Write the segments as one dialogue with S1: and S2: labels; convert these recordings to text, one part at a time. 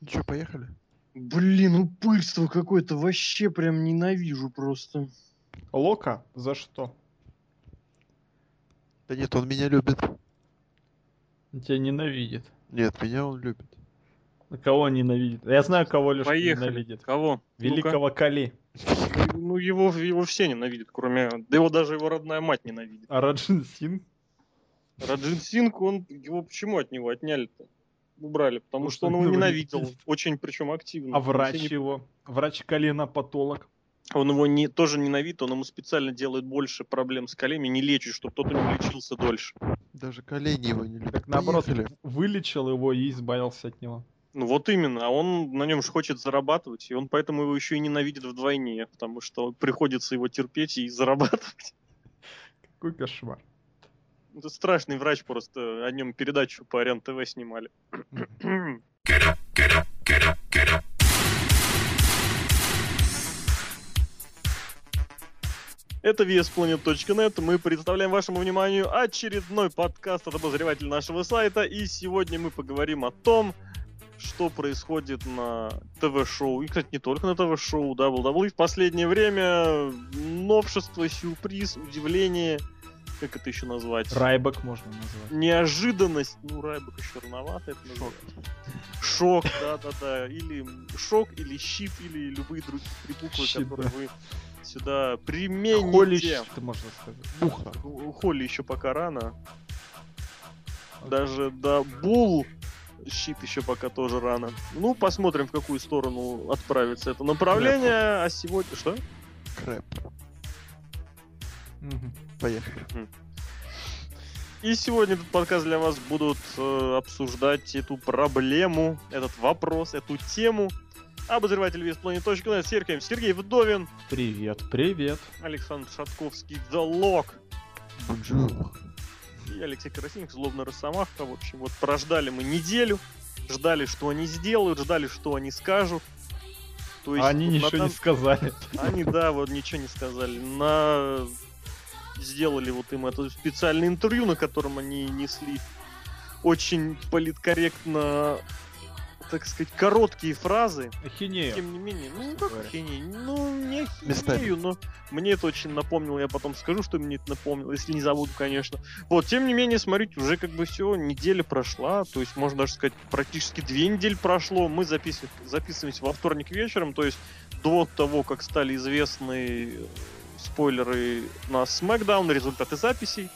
S1: Ну что, поехали?
S2: Блин, упырство какое-то вообще прям ненавижу просто.
S3: Лока? За что?
S1: Да нет, он меня любит.
S3: Он Тебя ненавидит.
S1: Нет, меня он любит.
S3: А Кого ненавидит? Я знаю, кого лишь
S2: Поехали.
S3: ненавидит.
S2: Кого?
S3: Великого Кали.
S2: Ну-ка. Ну его, его все ненавидят, кроме... Да его даже его родная мать ненавидит.
S3: Араджин Син.
S2: Раджин Синг, он... Его почему от него отняли-то? Убрали, потому
S3: Ну,
S2: что он
S3: что
S2: его
S3: говорить?
S2: ненавидел. Очень причем активно.
S3: А врач
S2: Он все не-
S3: его? Врач Калина Потолок.
S2: Он его не, тоже ненавидит, он ему специально делает больше проблем с колями, не лечит, чтобы тот у него лечился дольше.
S1: Даже колени его не любят.
S3: Так наоборот,
S1: Поехали.
S3: вылечил его и избавился от него.
S2: Ну вот именно, а он на нем же хочет зарабатывать, и он поэтому его еще и ненавидит вдвойне, потому что приходится его терпеть и зарабатывать.
S3: Какой кошмар.
S2: Это Ну, страшный врач просто, э, о нем передачу по Ариан ТВ снимали. Это VSPlanet.net. Мы представляем вашему вниманию очередной подкаст от обозревателя нашего сайта. И сегодня мы поговорим о том, что происходит на ТВ-шоу. И, кстати, не только на ТВ-шоу WWE. В последнее время новшество, сюрприз, удивление. Как это еще назвать?
S3: Райбок можно назвать.
S2: Неожиданность. Ну, Райбок еще рановато это называть. Шок, да-да-да. Или шок, или щит, или любые другие три буквы,
S3: Щит,
S2: которые вы сюда примените.
S3: Холищ, ты можно сказать.
S1: Муха.
S2: Ну, Холли еще пока рано. Даже до Бул щит еще пока тоже рано. Ну, посмотрим, в какую сторону отправится это направление. А сегодня... Что?
S1: Крэп.
S3: Мгм.
S1: Поехали.
S2: И сегодня этот подкаст для вас будут э, обсуждать эту проблему, этот вопрос, эту тему. Обозреватель веспланет.нет Сергей, Сергей Вдовин,
S3: Привет, привет.
S2: Александр Шатковский, Залог
S1: Бонжур.
S2: и Алексей Красильник, злобная росомаха. В общем, вот прождали мы неделю, ждали, что они сделают, ждали, что они скажут. То
S3: А Они
S2: вот на
S3: ничего не
S2: дан-
S3: сказали.
S2: Они, да, вот ничего не сказали. На... Сделали вот им это специальное интервью, на котором они несли очень политкорректно, так сказать, короткие фразы.
S3: Ахинея.
S2: Тем не менее, ну как
S3: Говоря.
S2: ахинею? Ну, не ахинею,
S1: Местами.
S2: но мне это очень напомнило, я потом скажу, что мне это напомнило, если не забуду, конечно. Вот, тем не менее, смотрите, уже как бы все, неделя прошла, то есть, можно даже сказать, практически две недели прошло, мы записыв- записываемся во вторник вечером, то есть, до того, как стали известны э, спойлеры на SmackDown, результаты записей,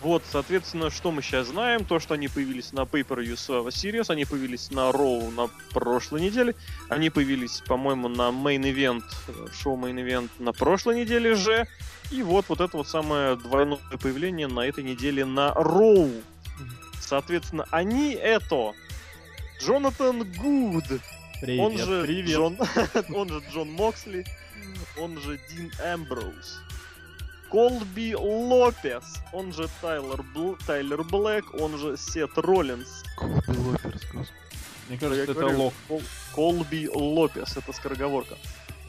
S2: вот, соответственно, что мы сейчас знаем, то, что они появились на Pay-Per-View Survivor Series, они появились на Raw на прошлой неделе, они появились, по-моему, на Main Event, э, шоу Main Event на прошлой неделе же, и вот, вот это вот самое двойное появление на этой неделе на Raw. Соответственно, они это Джонатан Гуд,
S3: Привет,
S2: он же
S3: привет.
S2: Джон, он же Джон Моксли, он же Дин Эмброуз, Колби Лопес, он же Тайлер, Бл- Тайлер Блэк, он же Сет Роллинс.
S1: Колби Лоперс, господи.
S3: Мне кажется,
S2: Я
S3: это
S2: говорю,
S3: лох.
S2: Кол- Колби Лопес, это скороговорка.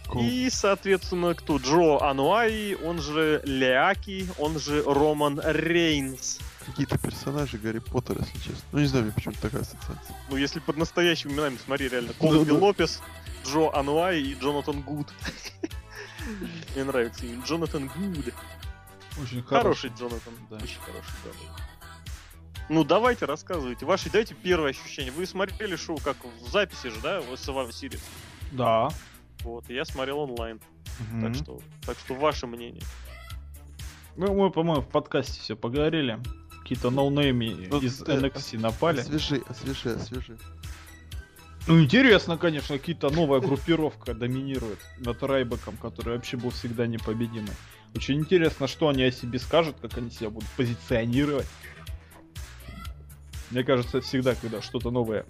S1: Кол-
S2: И, соответственно, кто? Джо Ануаи, он же Леаки, он же Роман Рейнс.
S1: Какие-то персонажи Гарри Поттера, если честно. Ну не знаю, мне почему-то такая ассоциация.
S2: Ну, если под настоящими именами, смотри, реально. Колби
S1: Ну, да.
S2: Лопес, Джо Ануай и Джонатан Гуд. Мне нравится имя. Джонатан Гуд.
S3: Очень
S2: Хороший
S3: хороший.
S2: Джонатан.
S3: Да.
S2: Очень хороший Джонатан. Ну, давайте, рассказывайте. Ваши, дайте первое ощущение. Вы смотрели шоу, как в записи же, да, в Survivor Series?
S3: Да.
S2: Вот, я смотрел онлайн.
S3: Мгм.
S2: Так что, так что ваше мнение.
S3: Ну, мы, по-моему, в подкасте все поговорили. Какие-то ноунейми
S1: Ну,
S3: из
S1: э,
S3: NXT напали.
S1: Освежи, освежи, освежи.
S3: Ну, интересно, конечно, какие-то новая группировка доминирует над Райбеком, который вообще был всегда непобедимый. Очень интересно, что они о себе скажут, как они себя будут позиционировать. Мне кажется, всегда, когда что-то новое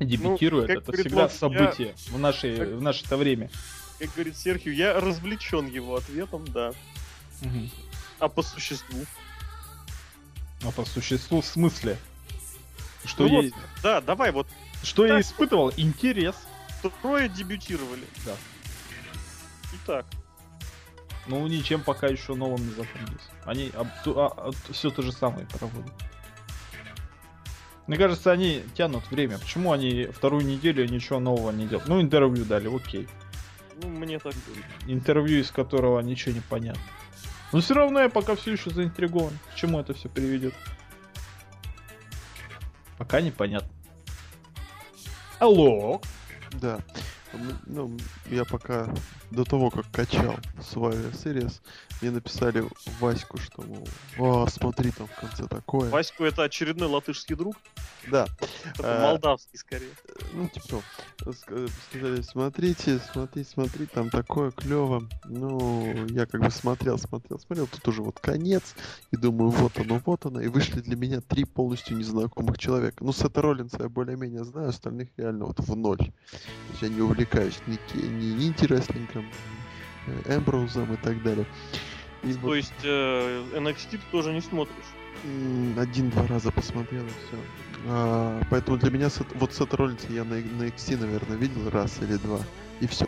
S3: дебютирует,
S2: как
S3: это
S2: говорит
S3: всегда
S2: Влад, Ну, я-
S3: событие в, нашей,
S2: как-
S3: в наше-то время.
S2: Как говорит Серхию, я развлечен его ответом, да. А по существу.
S3: А по существу в смысле? Что,
S2: Ну
S3: я,
S2: вот. Да, давай, вот
S3: что я
S2: так.
S3: испытывал? Интерес.
S2: трое дебютировали.
S3: Да.
S2: Итак,
S3: Ну, ничем пока еще новым а, не запомнились. Они все то же самое проводят. Мне кажется, они тянут время. Почему они вторую неделю ничего нового не делают? Ну, интервью дали, окей.
S2: Ну, мне так думаю.
S3: Интервью, из которого ничего не понятно. Но все равно я пока все еще заинтригован. К чему это все приведет? Пока непонятно. Алло.
S1: Да. М, Ну, я пока до того, как качал с Вави Series, мне написали Ваську, что, мол, «О, смотри, там в конце такое.
S2: Ваську это очередной латышский друг,
S1: Да.
S2: это
S1: А.
S2: молдавский скорее.
S1: ну, типа, того. Ск- сказали, смотрите, смотри, смотри, там такое клево. Ну, я как бы смотрел, смотрел, смотрел, тут уже вот конец, и думаю, вот оно, вот оно, и вышли для меня три полностью незнакомых человека. Ну, Сета Роллинса я более-менее знаю, остальных реально вот в ноль. То есть я не увлекаюсь ни, ки- ни Нинти Рестлингом, ни, э, Эмброузом и так далее. И вот
S2: То есть э, NXT ты тоже не смотришь.
S1: М, Один-два раза посмотрел и все. поэтому для меня Сет- вот Сет Роллинса я на, на XT, наверное, видел раз или два. И все.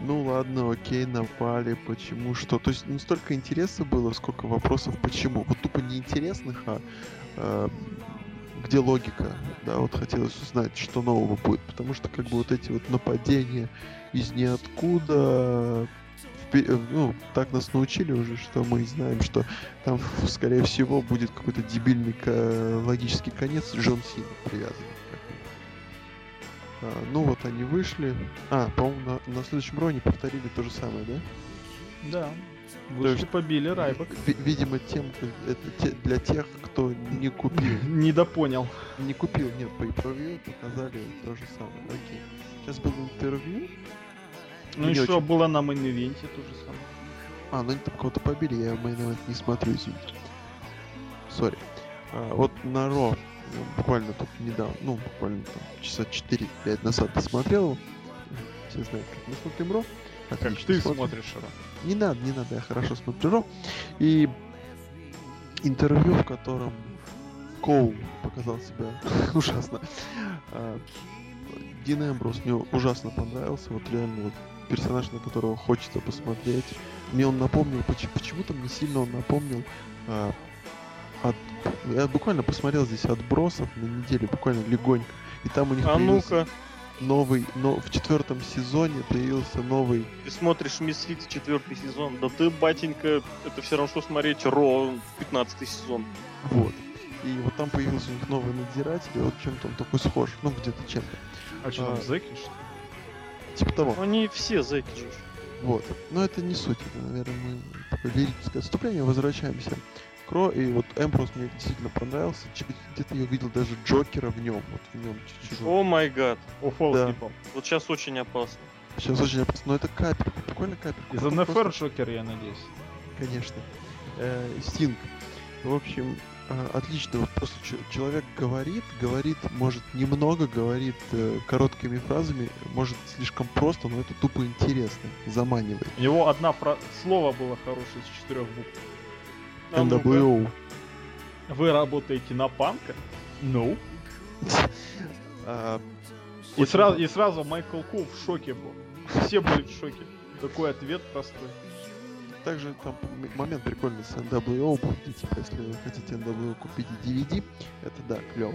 S1: ну ладно, окей, напали, почему, что. То есть не столько интереса было, сколько вопросов почему. Вот тупо неинтересных, а а, где логика, да, вот хотелось узнать, что нового будет, потому что как бы вот эти вот нападения из ниоткуда, впе- э, ну, так нас научили уже, что мы знаем, что там, ф- скорее всего, будет какой-то дебильный ко- логический конец Джон Сина привязан. А, ну вот они вышли. А, по-моему, на, на следующем роне повторили то же самое, да?
S3: Да. Вышли, побили Райбок.
S1: Ви- видимо, тем, кто- это те- для тех, кто не купил
S3: Недопонял.
S1: Не купил, нет, по интервью показали то же самое. Окей. Сейчас было интервью.
S3: Ну
S1: Не
S3: и что,
S1: очень.
S3: было на мейн-ивенте то же самое.
S1: А, ну они там кого-то побили, я мейн Event не смотрю, извините. Сори. А, вот на Ро, ну, буквально тут недавно, ну, буквально там часа 4-5 назад ты смотрел. Все знают, как мы смотрим Ро.
S3: Как
S1: Отлично
S3: ты
S1: смотрим.
S3: смотришь, Ро?
S1: Не надо, не надо, я хорошо смотрю Ро. И интервью, в котором Коул показал себя ужасно. А, Дин Эмбрус мне ужасно понравился, вот реально вот персонаж, на которого хочется посмотреть. Мне он напомнил, поч- почему-то мне сильно он напомнил а, от- я буквально посмотрел здесь отбросов на неделю, буквально легонько. И там у них
S2: А
S1: появился
S2: ну-ка,
S1: новый, но в четвертом сезоне появился новый
S2: ты смотришь Мисс Фитц четвертый сезон, да ты, батенька, это все равно, что смотреть Ро 15 сезон.
S1: Вот. И вот там появился у них новый надзиратель, и вот чем-то он такой схож, ну где-то чем-то.
S3: А что,
S1: А.
S3: там зэки, что ли?
S1: Типа того.
S2: Они все зэки же.
S1: Вот. Но это не суть, это, наверное, мы такое лирическое отступление, возвращаемся. к Ро, и вот Эмброс мне действительно понравился, Ч- где-то я видел даже Джокера в нем, вот в нем чуть-чуть.
S2: О май гад,
S3: О, Фолс
S1: Да.
S3: не пал.
S2: вот сейчас очень опасно.
S1: Сейчас очень опасно, но это капелька, буквально капелька.
S3: Из
S1: Ну, там
S3: НФР Шокер, я надеюсь.
S1: конечно. Э, Стинг. В общем, э, отлично. Вот просто чё- человек говорит, говорит, может, немного, говорит э, короткими фразами, может, слишком просто, но это тупо интересно, заманивает.
S3: У него одна фра... слово было хорошее из четырех букв.
S2: А ну-ка.
S1: NWO.
S3: Вы работаете на панка? Ну.
S1: А,
S3: И,
S1: Очень
S3: сразу,
S1: да.
S3: и сразу Майкл Коу в шоке был. Все были в шоке. Такой ответ простой.
S1: Также там м- момент прикольный с NWO, помните, типа, если вы хотите NWO купить и DVD, это да, клево.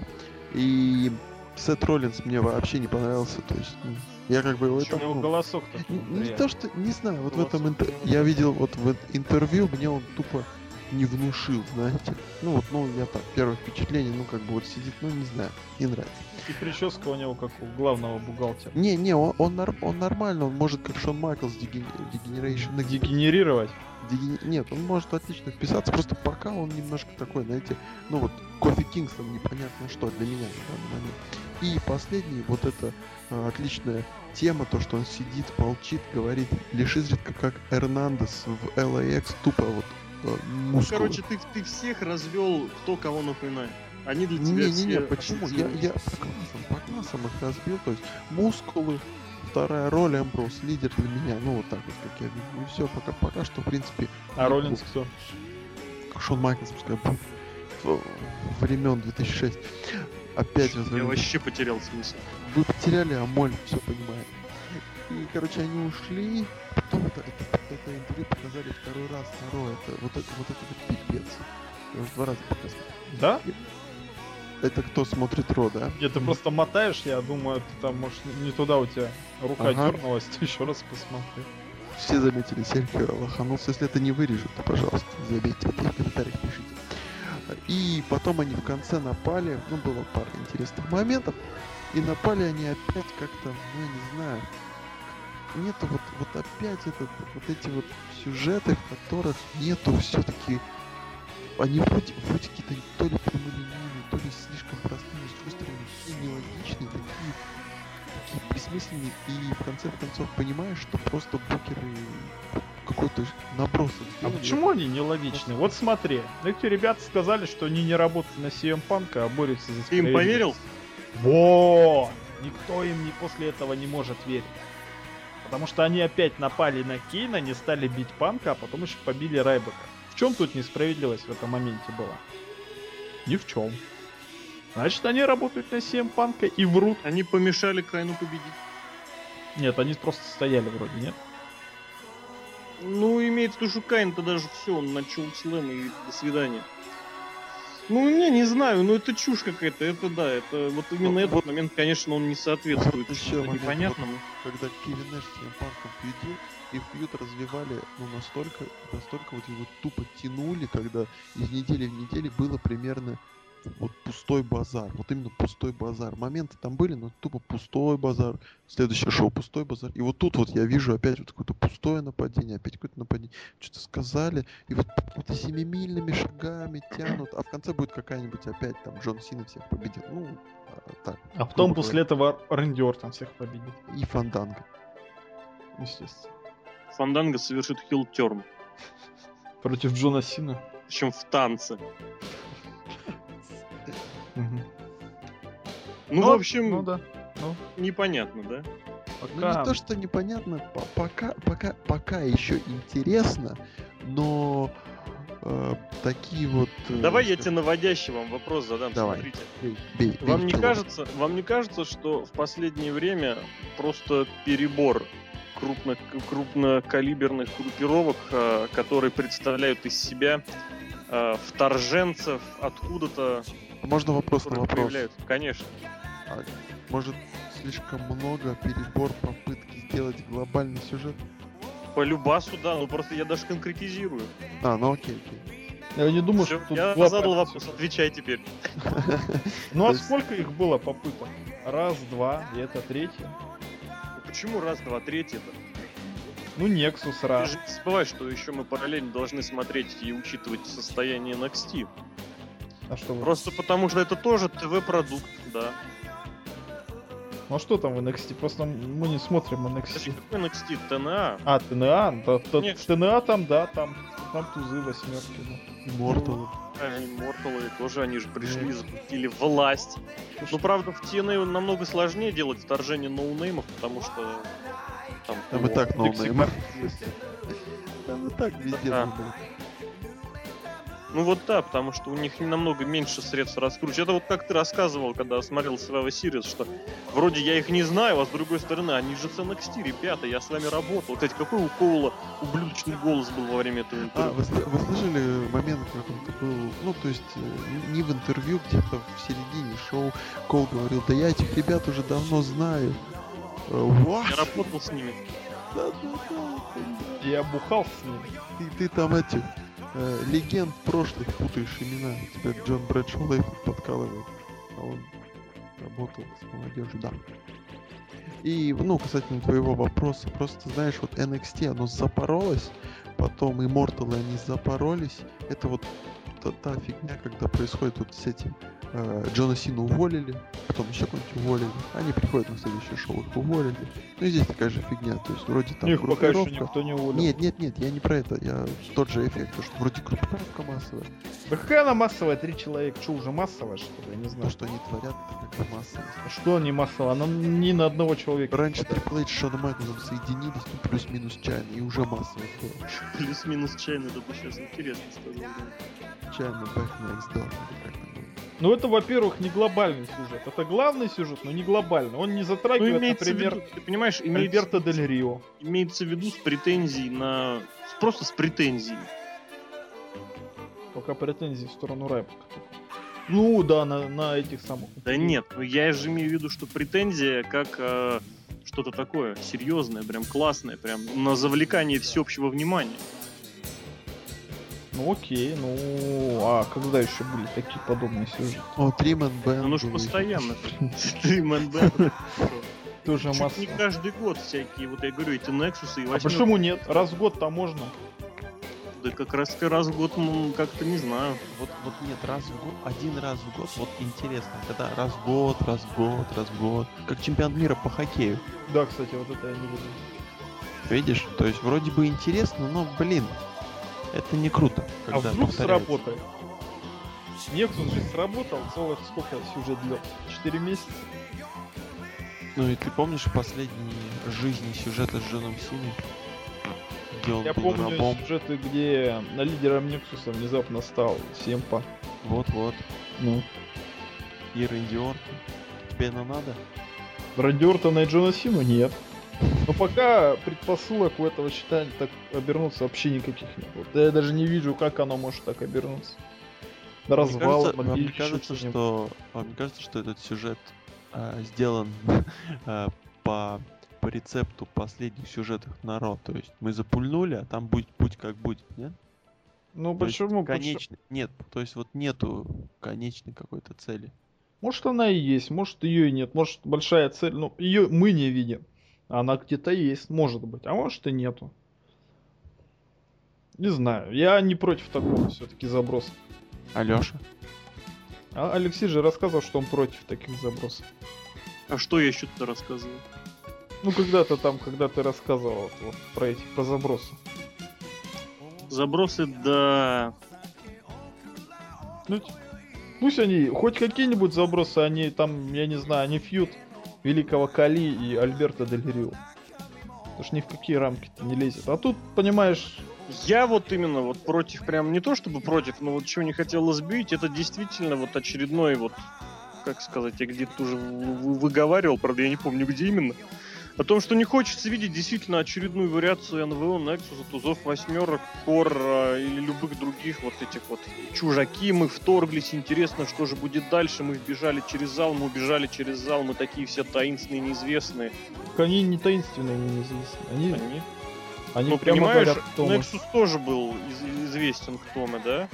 S1: И Сет Роллинс мне вообще не понравился, то есть ну, я как бы его...
S3: Причем
S1: это,
S3: его
S1: ну,
S3: голосок такой.
S1: Н- Не
S3: приятный.
S1: то, что, не знаю, вот в
S3: Голосок.
S1: этом интер- я видел вот в ин- интервью, мне он тупо не внушил, знаете. Ну вот, ну я так, первое впечатление, ну как бы вот сидит, ну не знаю, не нравится.
S3: И прическа у него как у главного бухгалтера.
S1: Не, не, он, он, нар- он нормально, он может как Шон Майклс Дегенерейшн. Degeneration X.
S3: Дегенерировать.
S1: Дегене- Нет, он может отлично вписаться, просто пока он немножко такой, знаете, ну вот Кофи Кингстон непонятно что для меня на данный момент. И последний, вот это э, отличная тема, то, что он сидит, молчит, говорит, лишь изредка как Эрнандес в LAX, тупо вот э,
S2: Ну,
S1: мускулы.
S2: короче, ты, ты всех развел, кто кого напоминает. Они для тебя все
S1: Не-не-не, почему? Я,
S2: ассоциируются.
S1: я по классам, по классам их разбил, то есть мускулы, вторая роль Эмбрус, лидер для меня, ну вот так вот, как я вижу, и все, пока, пока что, в принципе,
S3: А Роллинс кто?
S1: Шон Майклс, пускай будет. В- Времен 2006. Опять
S2: Я
S1: возвращаемся.
S2: вообще потерял смысл.
S1: Вы потеряли, а Моль все понимает. И, короче, они ушли. Потом это, это, это интервью показали второй раз, второе. Это, вот это вот это вот пипец. Я уже два раза показывал.
S3: Да?
S1: Это кто смотрит Ро, да?
S3: Нет, ты просто мотаешь, я думаю, ты там, может, не туда у тебя рука
S1: Ага.
S3: дернулась, ты еще раз посмотри.
S1: Все заметили, Серхио лоханулся. Если это не вырежут, то, пожалуйста, заметьте это и в комментариях пишите. И потом они в конце напали, ну, было пара интересных моментов, и напали они опять как-то, ну, я не знаю, нету вот, вот опять этот, вот эти вот сюжеты, в которых нету все-таки, они вроде, вроде какие-то то ли прямолинейные, то ли слишком простые, выстроены, такие нелогичные, такие такие бессмысленные, и в конце концов понимаешь, что просто букеры какой-то наброс.
S3: А
S1: сделали.
S3: почему они нелогичны? Вот смотри, Ну, эти ребята сказали, что они не работают на CM Punk, а борются за
S2: Ты им
S3: справедливость.
S2: поверил?
S3: Во! Никто им не после этого не может верить. Потому что они опять напали на Кейна, не стали бить Панка, а потом еще побили Райбека. В чем тут несправедливость в этом моменте была? Ни в чем. Значит, они работают на 7 Панка и врут.
S2: Они помешали Крайну победить.
S3: Нет, они просто стояли вроде, нет?
S2: Ну, имеется в виду, что Каин-то даже все, он начал слэм и до свидания. Ну, не, не знаю, но это чушь какая-то, это да, это вот именно
S1: Ну,
S2: этот
S1: вот-
S2: момент, конечно, он не соответствует
S1: Вот еще
S2: чему-то
S1: момент,
S2: непонятному.
S1: Когда Кевин Нэш с Сиэм Панком фьюдил, и фьюд развивали ну, настолько, настолько вот его тупо тянули, когда из недели в неделю было примерно вот пустой базар, вот именно пустой базар. Моменты там были, но тупо пустой базар. Следующее шоу пустой базар. И вот тут вот я вижу опять вот какое-то пустое нападение, опять какое-то нападение. Что-то сказали, и вот, вот и семимильными шагами тянут. А в конце будет какая-нибудь опять там Джон Сина всех победит. Ну, а, так.
S3: А потом
S1: грубо
S3: после этого Рэнди Ортон всех победит.
S1: говоря. И Фанданга.
S3: Естественно.
S2: Фанданга совершит хилтерн,
S3: Против Джона Сина.
S2: причем в танце.
S3: Мгм.
S2: Ну, в общем,
S3: Ну да.
S2: непонятно, да?
S1: Ну, не
S3: Пока.
S1: то, что непонятно, по- пока, пока, пока еще интересно, но э, такие вот... э,
S2: Давай я тебе наводящий вам вопрос задам,
S1: Давай.
S2: смотрите.
S1: бей- бей- бей
S2: Вам не,
S1: челом.
S2: кажется, вам не кажется, что в последнее время просто перебор крупно, крупнокалиберных группировок, э, которые представляют из себя э, вторженцев откуда-то,
S1: Можно вопрос на
S2: которые
S1: вопрос?
S2: появляются? Конечно.
S1: Может, слишком много перебор попытки сделать глобальный сюжет?
S2: По любасу, да, ну просто я даже конкретизирую.
S1: А, ну окей, окей.
S3: Я не думаю,
S2: Всё,
S3: что тут
S2: я
S3: глобально
S2: задал
S3: всё
S2: вопрос, отвечай теперь.
S3: Ну
S1: То
S3: а
S1: есть-
S3: сколько их было попыток? Раз, два, и это третье.
S2: Почему раз, два, третий-то?
S3: Ну, Nexus
S2: Ты
S3: раз.
S2: же не забывай, что еще мы параллельно должны смотреть и учитывать состояние NXT.
S3: А что вы?
S2: Просто потому, что это тоже ТВ-продукт, да.
S3: Ну а что там в NXT? Просто мы не смотрим
S2: Это же
S3: NXT.
S2: какой NXT? ТНА?
S3: А, ТНА? ну, та- та-
S2: Конечно.
S3: ТНА там, да, там. Там тузы восьмерки. ну. да.
S1: Immortal.
S2: А, Immortal тоже, они же пришли,
S3: Ну.
S2: запустили власть.
S3: Слушай,
S2: Ну, правда, в TNA намного сложнее делать вторжение ноунеймов, потому что... Там,
S1: Там и
S2: Ну,
S1: так ноунейм.
S3: лексикон есть.
S1: Там и так везде.
S2: Да.
S1: было.
S2: Ну вот да, потому что у них намного меньше средств раскручивать. Это вот как ты рассказывал, когда смотрел Survivor Series, что вроде я их не знаю, а с другой стороны, они же с NXT, ребята, я с вами работал. Кстати, какой у Коула ублюдочный голос был во время этого
S1: А,
S2: интервью?
S1: вы, сл- вы слышали момент, как он был, ну, то есть, э, не в интервью, где-то в середине шоу, Кол говорил, да я этих ребят уже давно знаю. Э, What?
S2: Я работал с ними.
S1: Да, да, да, да.
S3: Я бухал с ним.
S1: Ты, ты там этих э, легенд прошлых путаешь имена. Тебя Джон Брэдшоу Лейфорд подкалывает. А он работал с молодежью, да. И, ну, касательно твоего вопроса, просто знаешь, вот NXT, оно запоролось, потом Immortal, они запоролись. Это вот та, та фигня, когда происходит вот с этим. э, Джона Сина уволили, потом еще кого-нибудь уволили. Они приходят на следующее шоу, их уволили. Ну и здесь такая же фигня, то есть вроде там
S3: Ну, Их пока еще
S1: группировка.
S3: никто не уволил.
S1: Нет, нет, нет, я не про это, я тот же эффект, то, что вроде группировка массовая,
S3: Да какая она массовая? Три человека. Что, уже массовая, что ли? Я не
S1: то,
S3: знаю.
S1: что они творят, это как бы массовость.
S3: Что не массовая? Она ни на одного человека.
S1: Раньше Triple H с Шоном Майклзом соединились, ну плюс-минус чайно, и уже массовость была.
S2: Плюс-минус чайный, это бы сейчас интересно сказал. да.
S1: Чайно Back Next Door, или как там было.
S3: Ну это, во-первых, не глобальный сюжет. Это главный сюжет, но не глобальный. Он не
S2: Ну,
S3: затрагивает,
S2: имеется в
S3: например,
S2: виду, ты понимаешь, имеется,
S3: Альберта Дель Рио.
S2: имеется в виду с претензией на... Просто с претензией.
S3: Пока претензии в сторону Райбака. только. Ну да, на, на этих самых.
S2: Да нет, ну я же имею в виду, что претензия как э, что-то такое серьезное, прям классное, прям на завлекание всеобщего внимания.
S3: Ну окей, ну а когда еще были такие подобные сюжеты?
S1: О, Триман Бен.
S2: Ну ж
S1: был
S2: постоянно. Стрим and Band.
S3: Тоже
S2: Чуть
S3: масса.
S2: не каждый год всякие, вот я говорю, эти Nexus и
S3: А
S2: восьмерки.
S3: почему нет? Раз в год там можно.
S2: Да как раз раз в год, м, как-то не знаю.
S1: Вот, вот нет, раз в год, один раз в год, вот интересно, когда раз в год, раз в год, раз в год, как чемпионат мира по хоккею,
S3: Да, кстати, вот это я не люблю.
S1: видишь, то есть вроде бы интересно, но, блин, это не круто,
S3: А
S1: когда
S3: вдруг
S1: повторяется.
S3: сработает? Nexus же сработал целых сколько сюжет длил? Четыре месяца?
S1: Ну и ты помнишь последние жизни сюжета с Джоном Сини? Где он
S3: Я
S1: был
S3: помню
S1: рабом.
S3: сюжеты, где на лидером Nexus внезапно стал Семпа.
S1: Вот-вот.
S3: Ну.
S1: И Рэнди Ортон. Тебе это надо?
S3: Ради Ортона и Джона Сину нет. Но пока предпосылок у этого считания так обернуться вообще никаких не было. Да я даже не вижу, как оно может так обернуться. На развал,
S1: мне кажется,
S3: могилище,
S1: мне кажется,
S3: что-нибудь.
S1: что а, мне кажется, что этот сюжет а, сделан а, по по рецепту последних сюжетов Наро. То есть мы запульнули, а там будет путь как будет, нет?
S3: Ну
S1: То есть
S3: почему? Почему?
S1: Конечный. Нет, то есть вот нету конечной какой-то цели.
S3: Может она и есть, может ее и нет, может большая цель, но ее мы не видим. Она где-то есть, может быть, а может и нету. Не знаю, я не против такого все-таки заброса.
S1: Алёша?
S3: А Алексей же рассказывал, что он против таких забросов.
S2: А что я еще то рассказывал?
S3: Ну когда-то там, когда ты рассказывал вот про эти, про забросы.
S2: Забросы, да...
S3: Ну, т- пусть они, хоть какие-нибудь забросы, они там, я не знаю, они фьют Великого Кали и Альберта Дель Рио. Потому что ни в какие рамки-то не лезет. А тут, понимаешь,
S2: Я вот именно вот против, прям не то чтобы против, но вот чего не хотел избить, это действительно вот очередной вот, как сказать, я где-то уже вы- вы- выговаривал, правда я не помню где именно, о том, что не хочется видеть действительно очередную вариацию НВО, Нексуса, Тузов, Восьмерок, Кор э, или любых других вот этих вот чужаки. Мы вторглись, интересно, что же будет дальше. Мы бежали через зал, мы убежали через зал, мы такие все таинственные, неизвестные.
S3: Они не таинственные, они неизвестные. Они,
S2: Они
S3: они
S2: Ну,
S3: прямо
S2: понимаешь,
S3: говорят, кто мы.
S2: Nexus тоже был из- известен, кто мы, да?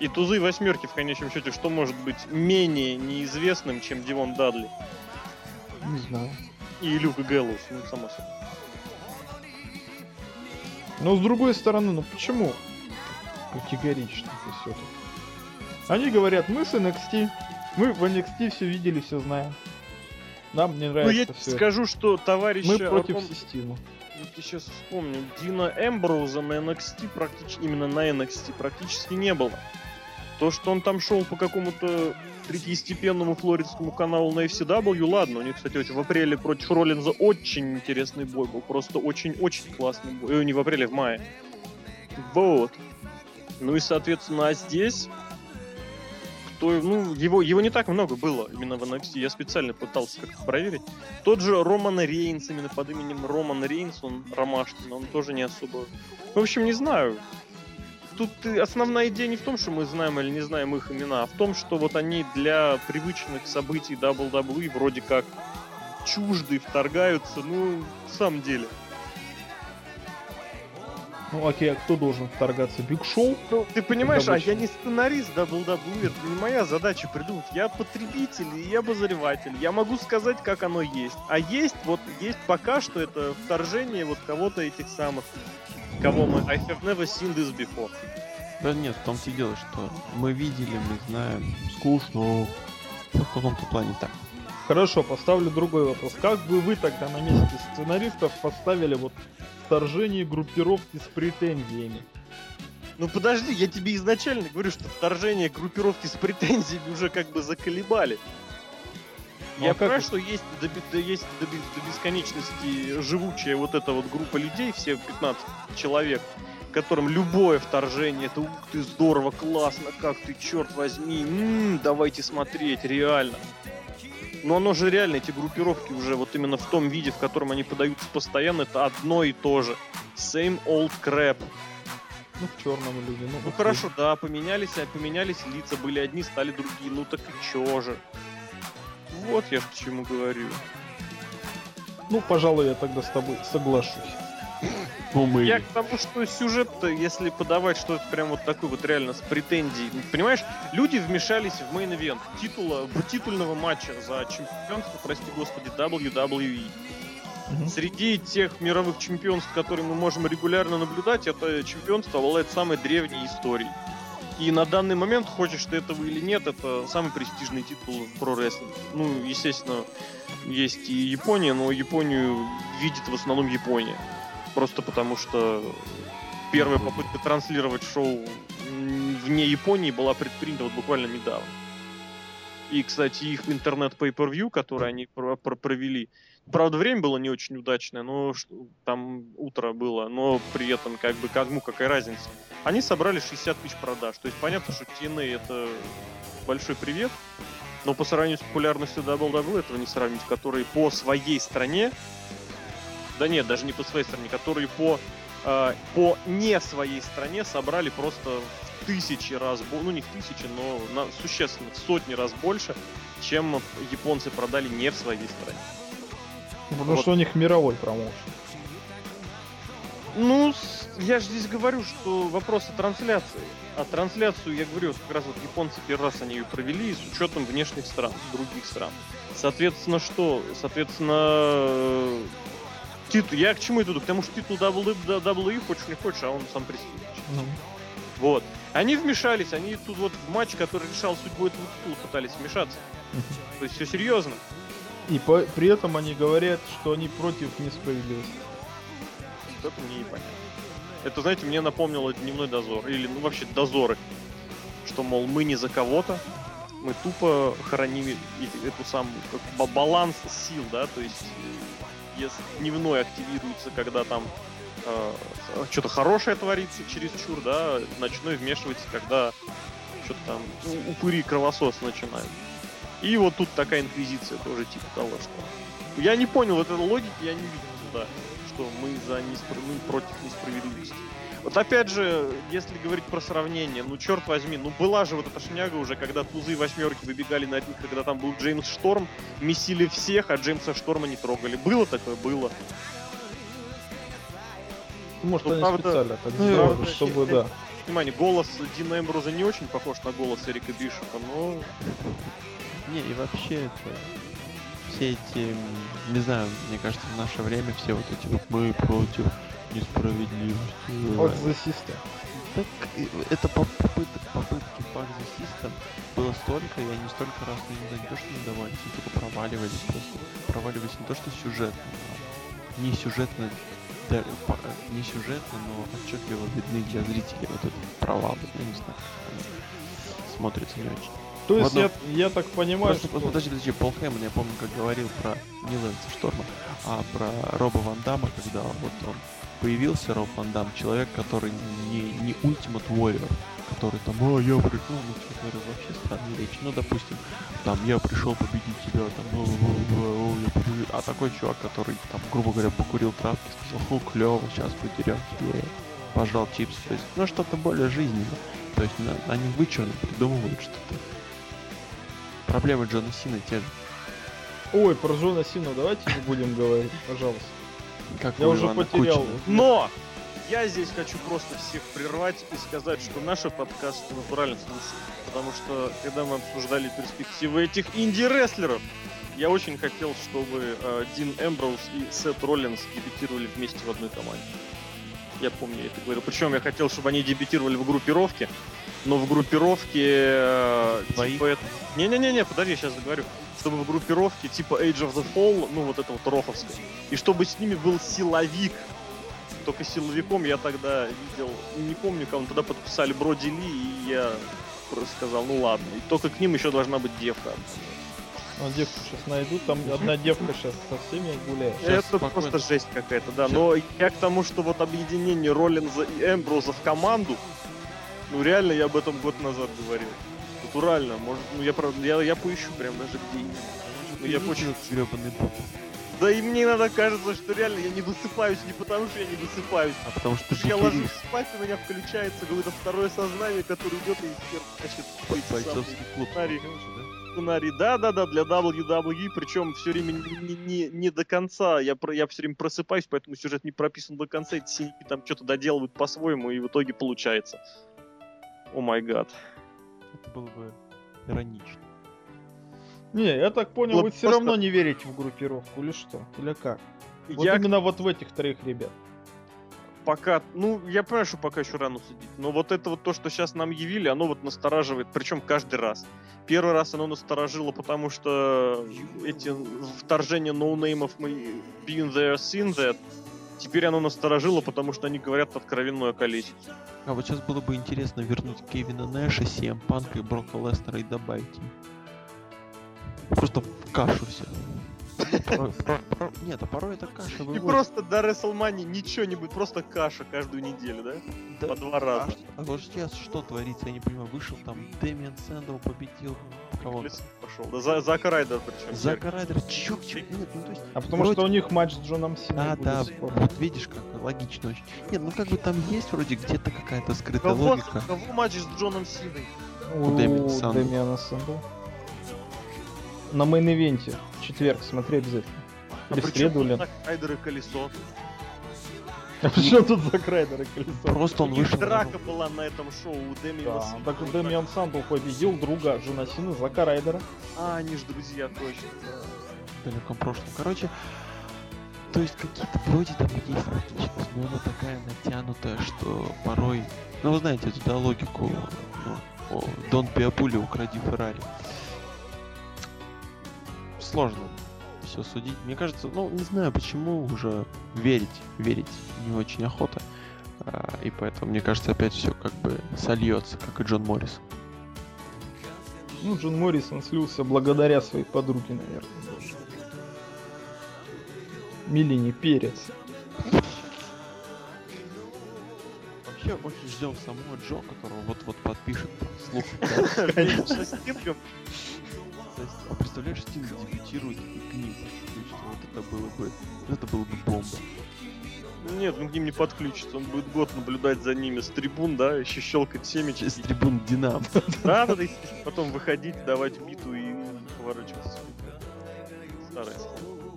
S2: И тузы и восьмерки в конечном счете, что может быть менее неизвестным, чем Дивон Дадли
S3: Не знаю.
S2: и Люк Гэллоус, ну, само собой.
S3: Но с другой стороны, ну почему категорично ты все тут? Они говорят, мы с NXT, мы в NXT все видели, все знаем. Нам не
S2: Ну, я
S3: нравится
S2: тебе
S3: все.
S2: скажу, что товарищ...
S3: Мы
S2: э,
S3: против
S2: Ром-
S3: системы.
S2: Вот я сейчас вспомню, Дина Эмброуза на NXT практически, именно на NXT практически не было. То, что он там шел по какому-то третьестепенному флоридскому каналу на FCW, ладно, у них, кстати, вот в апреле против Роллинза очень интересный бой был, просто очень-очень классный бой, Э, не в апреле, в мае. Вот. Ну и, соответственно, а здесь кто, ну, его, его не так много было именно в NXT, я специально пытался как-то проверить. Тот же Роман Рейнс, именно под именем Роман Рейнс, он Ромашкин, он тоже не особо... Ну, В общем, не знаю. Тут э, основная идея не в том, что мы знаем или не знаем их имена, а в том, что вот они для привычных событий WWE вроде как чужды, вторгаются, ну, в самом деле.
S3: Ну окей, а кто должен вторгаться? Биг Шоу?
S2: Ты понимаешь, а
S3: Обычно.
S2: я не сценарист WWE, это не моя задача придумать. Я потребитель, и я обозреватель. Я могу сказать, как оно есть. А есть, вот есть пока что это вторжение вот кого-то этих самых, кого мы... I have never seen this before.
S1: Да нет, в том-то и дело, что мы видели, мы знаем, скучно, ну, в каком-то плане так.
S3: Хорошо, поставлю другой вопрос. Как бы вы тогда на месте сценаристов поставили вот вторжение группировки с претензиями?
S2: Ну подожди, я тебе изначально говорю, что вторжение группировки с претензиями уже как бы заколебали.
S3: Ну,
S2: я
S3: а как
S2: понимаю,
S3: это?
S2: что есть, до, бе- да есть до, бе- до бесконечности живучая вот эта вот группа людей, все 15 человек, которым любое вторжение, это ух ты, здорово, классно, как ты, черт возьми, м, давайте смотреть, реально. Но оно же реально, эти группировки уже вот именно в том виде, в котором они подаются постоянно, это одно и то же. Same old crap.
S3: Ну, в черном люди. Ну,
S2: Ну хорошо, да, поменялись, а поменялись лица, были одни, стали другие. Ну так и чё же? Вот я ж к чему говорю.
S3: Ну, пожалуй, я тогда с тобой соглашусь.
S1: Ну, мы...
S2: Я к тому, что сюжет-то, если подавать что-то прям вот такой вот реально с претензией, ну, понимаешь, люди вмешались в мейн-эвент титула, в титульного матча за чемпионство, прости господи, E. WWE. Среди тех мировых чемпионств, которые мы можем регулярно наблюдать, это чемпионство обладает самой древней историей. И на данный момент, хочешь ты этого или нет, это самый престижный титул в прорестлинге. Ну, естественно, есть и Япония, но Японию видит в основном Япония. Просто потому что первая попытка транслировать шоу м, вне Японии была предпринята вот буквально недавно. И, кстати, их интернет pay per который они про- про- провели, Правда, время было не очень удачное, но ш- там утро было, но при этом как бы кому какая разница. Они собрали 60 тысяч продаж, то есть понятно, что TNA это большой привет, но по сравнению с популярностью WWE этого не сравнить, которые по своей стране, да нет, даже не по своей стране, которые по, э, по не своей стране собрали просто в тысячи раз, бо- ну не в тысячи, но на- существенно в сотни раз больше, чем японцы продали не в своей стране.
S3: Потому
S2: Ну, Вот.
S3: что у них мировой промоушен.
S2: Ну, с- я же здесь говорю, что вопрос о трансляции. А трансляцию, я говорю, вот как раз вот японцы первый раз они ее провели с учетом внешних стран, других стран. Соответственно, что? Соответственно, э, титул. Я к чему иду? К тому, что титул WWE, хочешь не хочешь, а он сам присутствует. Вот. Они вмешались, они тут вот в матч, который решал судьбу этого титула, пытались вмешаться. То есть все серьезно.
S3: И по- при этом они говорят, что они против несправедливости.
S2: Вот это мне непонятно. Это, знаете, мне напомнило дневной дозор. Или, ну, вообще, дозоры. Что, мол, мы не за кого-то, мы тупо храним и- и эту самую как ба- баланс сил, да, то есть э, если дневной активируется, когда там э, что-то хорошее творится чересчур, да, ночной вмешивается, когда что-то там у- упыри кровосос начинают. И вот тут такая инквизиция тоже типа того, что... Я не понял, вот этой логики я не видел туда, что мы за неспра- мы против несправедливости. Вот опять же, если говорить про сравнение, ну черт возьми, ну была же вот эта шняга уже, когда тузы и восьмерки выбегали на них, когда там был Джеймс Шторм, месили всех, а Джеймса Шторма не трогали. Было такое? Было.
S3: Ну, Может,
S2: Ну,
S3: они
S2: правда-
S3: специально так
S2: ну,
S3: сделали,
S2: правда,
S3: чтобы,
S2: я-
S3: да.
S2: Внимание, голос Дина Эмброза не очень похож на голос Эрика Бишопа, но
S1: Не, и вообще это... Все эти, м, не знаю, мне кажется, в наше время все вот эти вот мы против несправедливости.
S3: Вот за систем.
S1: Так, э, это поп- попыток, попытки Bug the System было столько, и они столько раз не, не то, что не давались, они только проваливались просто. Проваливались не то, что сюжетно, а не сюжетно, да, по- не сюжетно, но отчетливо видны для зрителей вот этот провал, я не знаю, как он смотрится не очень.
S3: То есть
S1: Ладно.
S3: я, я так понимаю,
S1: Просто,
S3: что...
S1: подожди, подожди, Пол Хейман, я помню, как говорил про не Лэнса Шторма, а про Роба Ван Дамма, когда вот он появился, Роб Ван Дам, человек, который не, не Ultimate Warrior, который там, а, я пришел, ну, честно говоря, вообще странная речь, ну, допустим, там, я пришел победить тебя, там, «О, о, о, о, я победил». а такой чувак, который, там, грубо говоря, покурил травки, сказал, ху, клево, сейчас потерем тебе, пожал чипсы, то есть, ну, что-то более жизненное, то есть, на- они вычурно придумывают что-то. Проблемы Джона Сина те же.
S3: Ой, про Джона Сину давайте не будем говорить, пожалуйста.
S1: Как
S3: Я
S1: у
S3: уже
S1: Ивана
S3: потерял.
S1: Кучина.
S2: Но я здесь хочу просто всех прервать и сказать, что наши подкасты натурально слушают. Потому что, когда мы обсуждали перспективы этих инди-рестлеров, я очень хотел, чтобы э, Дин Эмброуз и Сет Роллинс дебютировали вместе в одной команде. Я помню, я это говорил. Причем я хотел, чтобы они дебютировали в группировке, но в группировке... э,
S1: Двоих?
S2: типа это- Не-не-не, подожди, сейчас договорю. Чтобы в группировке типа Age of the Fall, ну вот это вот Роховская, и чтобы с ними был силовик, только силовиком я тогда видел, не помню, кого тогда подписали Броди Ли, и я просто сказал, ну ладно. И только к ним еще должна быть девка.
S3: А девку сейчас найду, там одна девка сейчас со всеми гуляет.
S1: Щас,
S2: Это
S1: спокойно.
S2: просто жесть какая-то, да.
S1: Щас.
S2: Но я к тому, что вот объединение Роллинза и Эмброза в команду, ну реально я об этом год назад говорил. Натурально, может, ну я правда, я, я поищу прям даже где именно. Ну, я
S1: Извините,
S2: очень-
S1: этот грёбаный поп.
S2: Да и мне иногда кажется, что реально я не досыпаюсь не потому, что я не досыпаюсь.
S1: А потому что
S2: Потому что
S1: ты
S2: я ложусь
S1: бутеришь
S2: спать, у меня включается какое-то второе сознание, которое идет и херачит эти самые
S1: бойцовский клуб.
S2: сценарии. сценарий. Да, да, да, для WWE, причем все время не, не- не до конца. Я, про- я все время просыпаюсь, поэтому сюжет не прописан до конца. Эти синяки там что-то доделывают по-своему, и в итоге получается. О май гад.
S1: Это было бы иронично.
S3: Не, я так понял,
S2: Ну,
S3: вы все
S2: просто-
S3: равно не верите в группировку, или что? Или как? Вот
S2: Я
S3: именно вот в этих троих ребят.
S2: пока, ну, я понимаю, что пока еще рано судить, но вот это вот то, что сейчас нам явили, оно вот настораживает, причем каждый раз. Первый раз оно насторожило, потому что эти вторжения ноунеймов мы been there, seen that, теперь оно насторожило, потому что они говорят откровенную количество.
S1: А вот сейчас было бы интересно вернуть Кевина Нэша, Сиэм Панка и Брока Лестера и добавить им. Просто в кашу все. Нет, а порой это каша
S2: И
S1: выводит.
S2: просто до WrestleMania ничего-нибудь, просто каша каждую неделю, да?
S1: Да.
S2: По два
S1: А,
S2: раза.
S1: ш- а вот сейчас что творится, я не понимаю. Вышел там Дэмиан Сэндл, победил кого-то.
S2: Лес Пошел. Да, за, Зак Райдер причем.
S1: Зака Райдер, чё, чё, нет, ну то есть,
S3: А потому
S1: Вроде-
S3: что у них матч с Джоном Синой
S1: а,
S3: будет
S1: да,
S3: скоро.
S1: вот видишь, как логично очень. Нет, ну как бы там есть вроде где-то какая-то скрытая
S2: Кого,
S1: логика.
S2: кого матч с Джоном Синой?
S3: У
S1: Дэмиана Сандла.
S3: Дэмиана Сандла. На мейн-ивенте. В четверг, смотри обязательно.
S2: А
S3: Или в
S2: при
S3: среду,
S2: чем тут
S3: Лен.
S2: Зак Райдер и Колесо?
S3: А Что тут за Крайдер и колесо?
S1: Просто он
S2: У них
S1: вышел.
S2: драка была на этом шоу у Дэмиана
S3: Да,
S2: Сина.
S3: так вот Дэмиан Сандл победил друга Джона Сина, Зака Райдера.
S2: А, они же друзья, точно.
S1: в далеком прошлом. Короче, то есть какие-то вроде там есть логичность, но она такая натянутая, что порой... Ну, вы знаете эту, да, логику? Ну, о, Дон Пиапули, укради Феррари. Сложно все судить. Мне кажется, ну, не знаю, почему уже верить, верить не очень охота. А, и поэтому, мне кажется, опять все как бы сольется, как и Джон Моррис.
S3: Ну, Джон Моррисон слился благодаря своей подруге, наверное, даже. Милине Перец.
S1: Вообще, очень ждем самого Джо, которого вот-вот подпишет слух.
S2: Вместе с Стингом.
S1: То есть, а представляешь, Стинг дебютирует и книгу. вот это было бы, вот это было бы бомба.
S2: Ну Нет, он к ним не подключится. Он будет год наблюдать за ними с трибун, да, еще щелкать семечки.
S1: С трибун Динам.
S2: Да, да, да, естественно. потом выходить, давать биту и поворачиваться. Старая схема.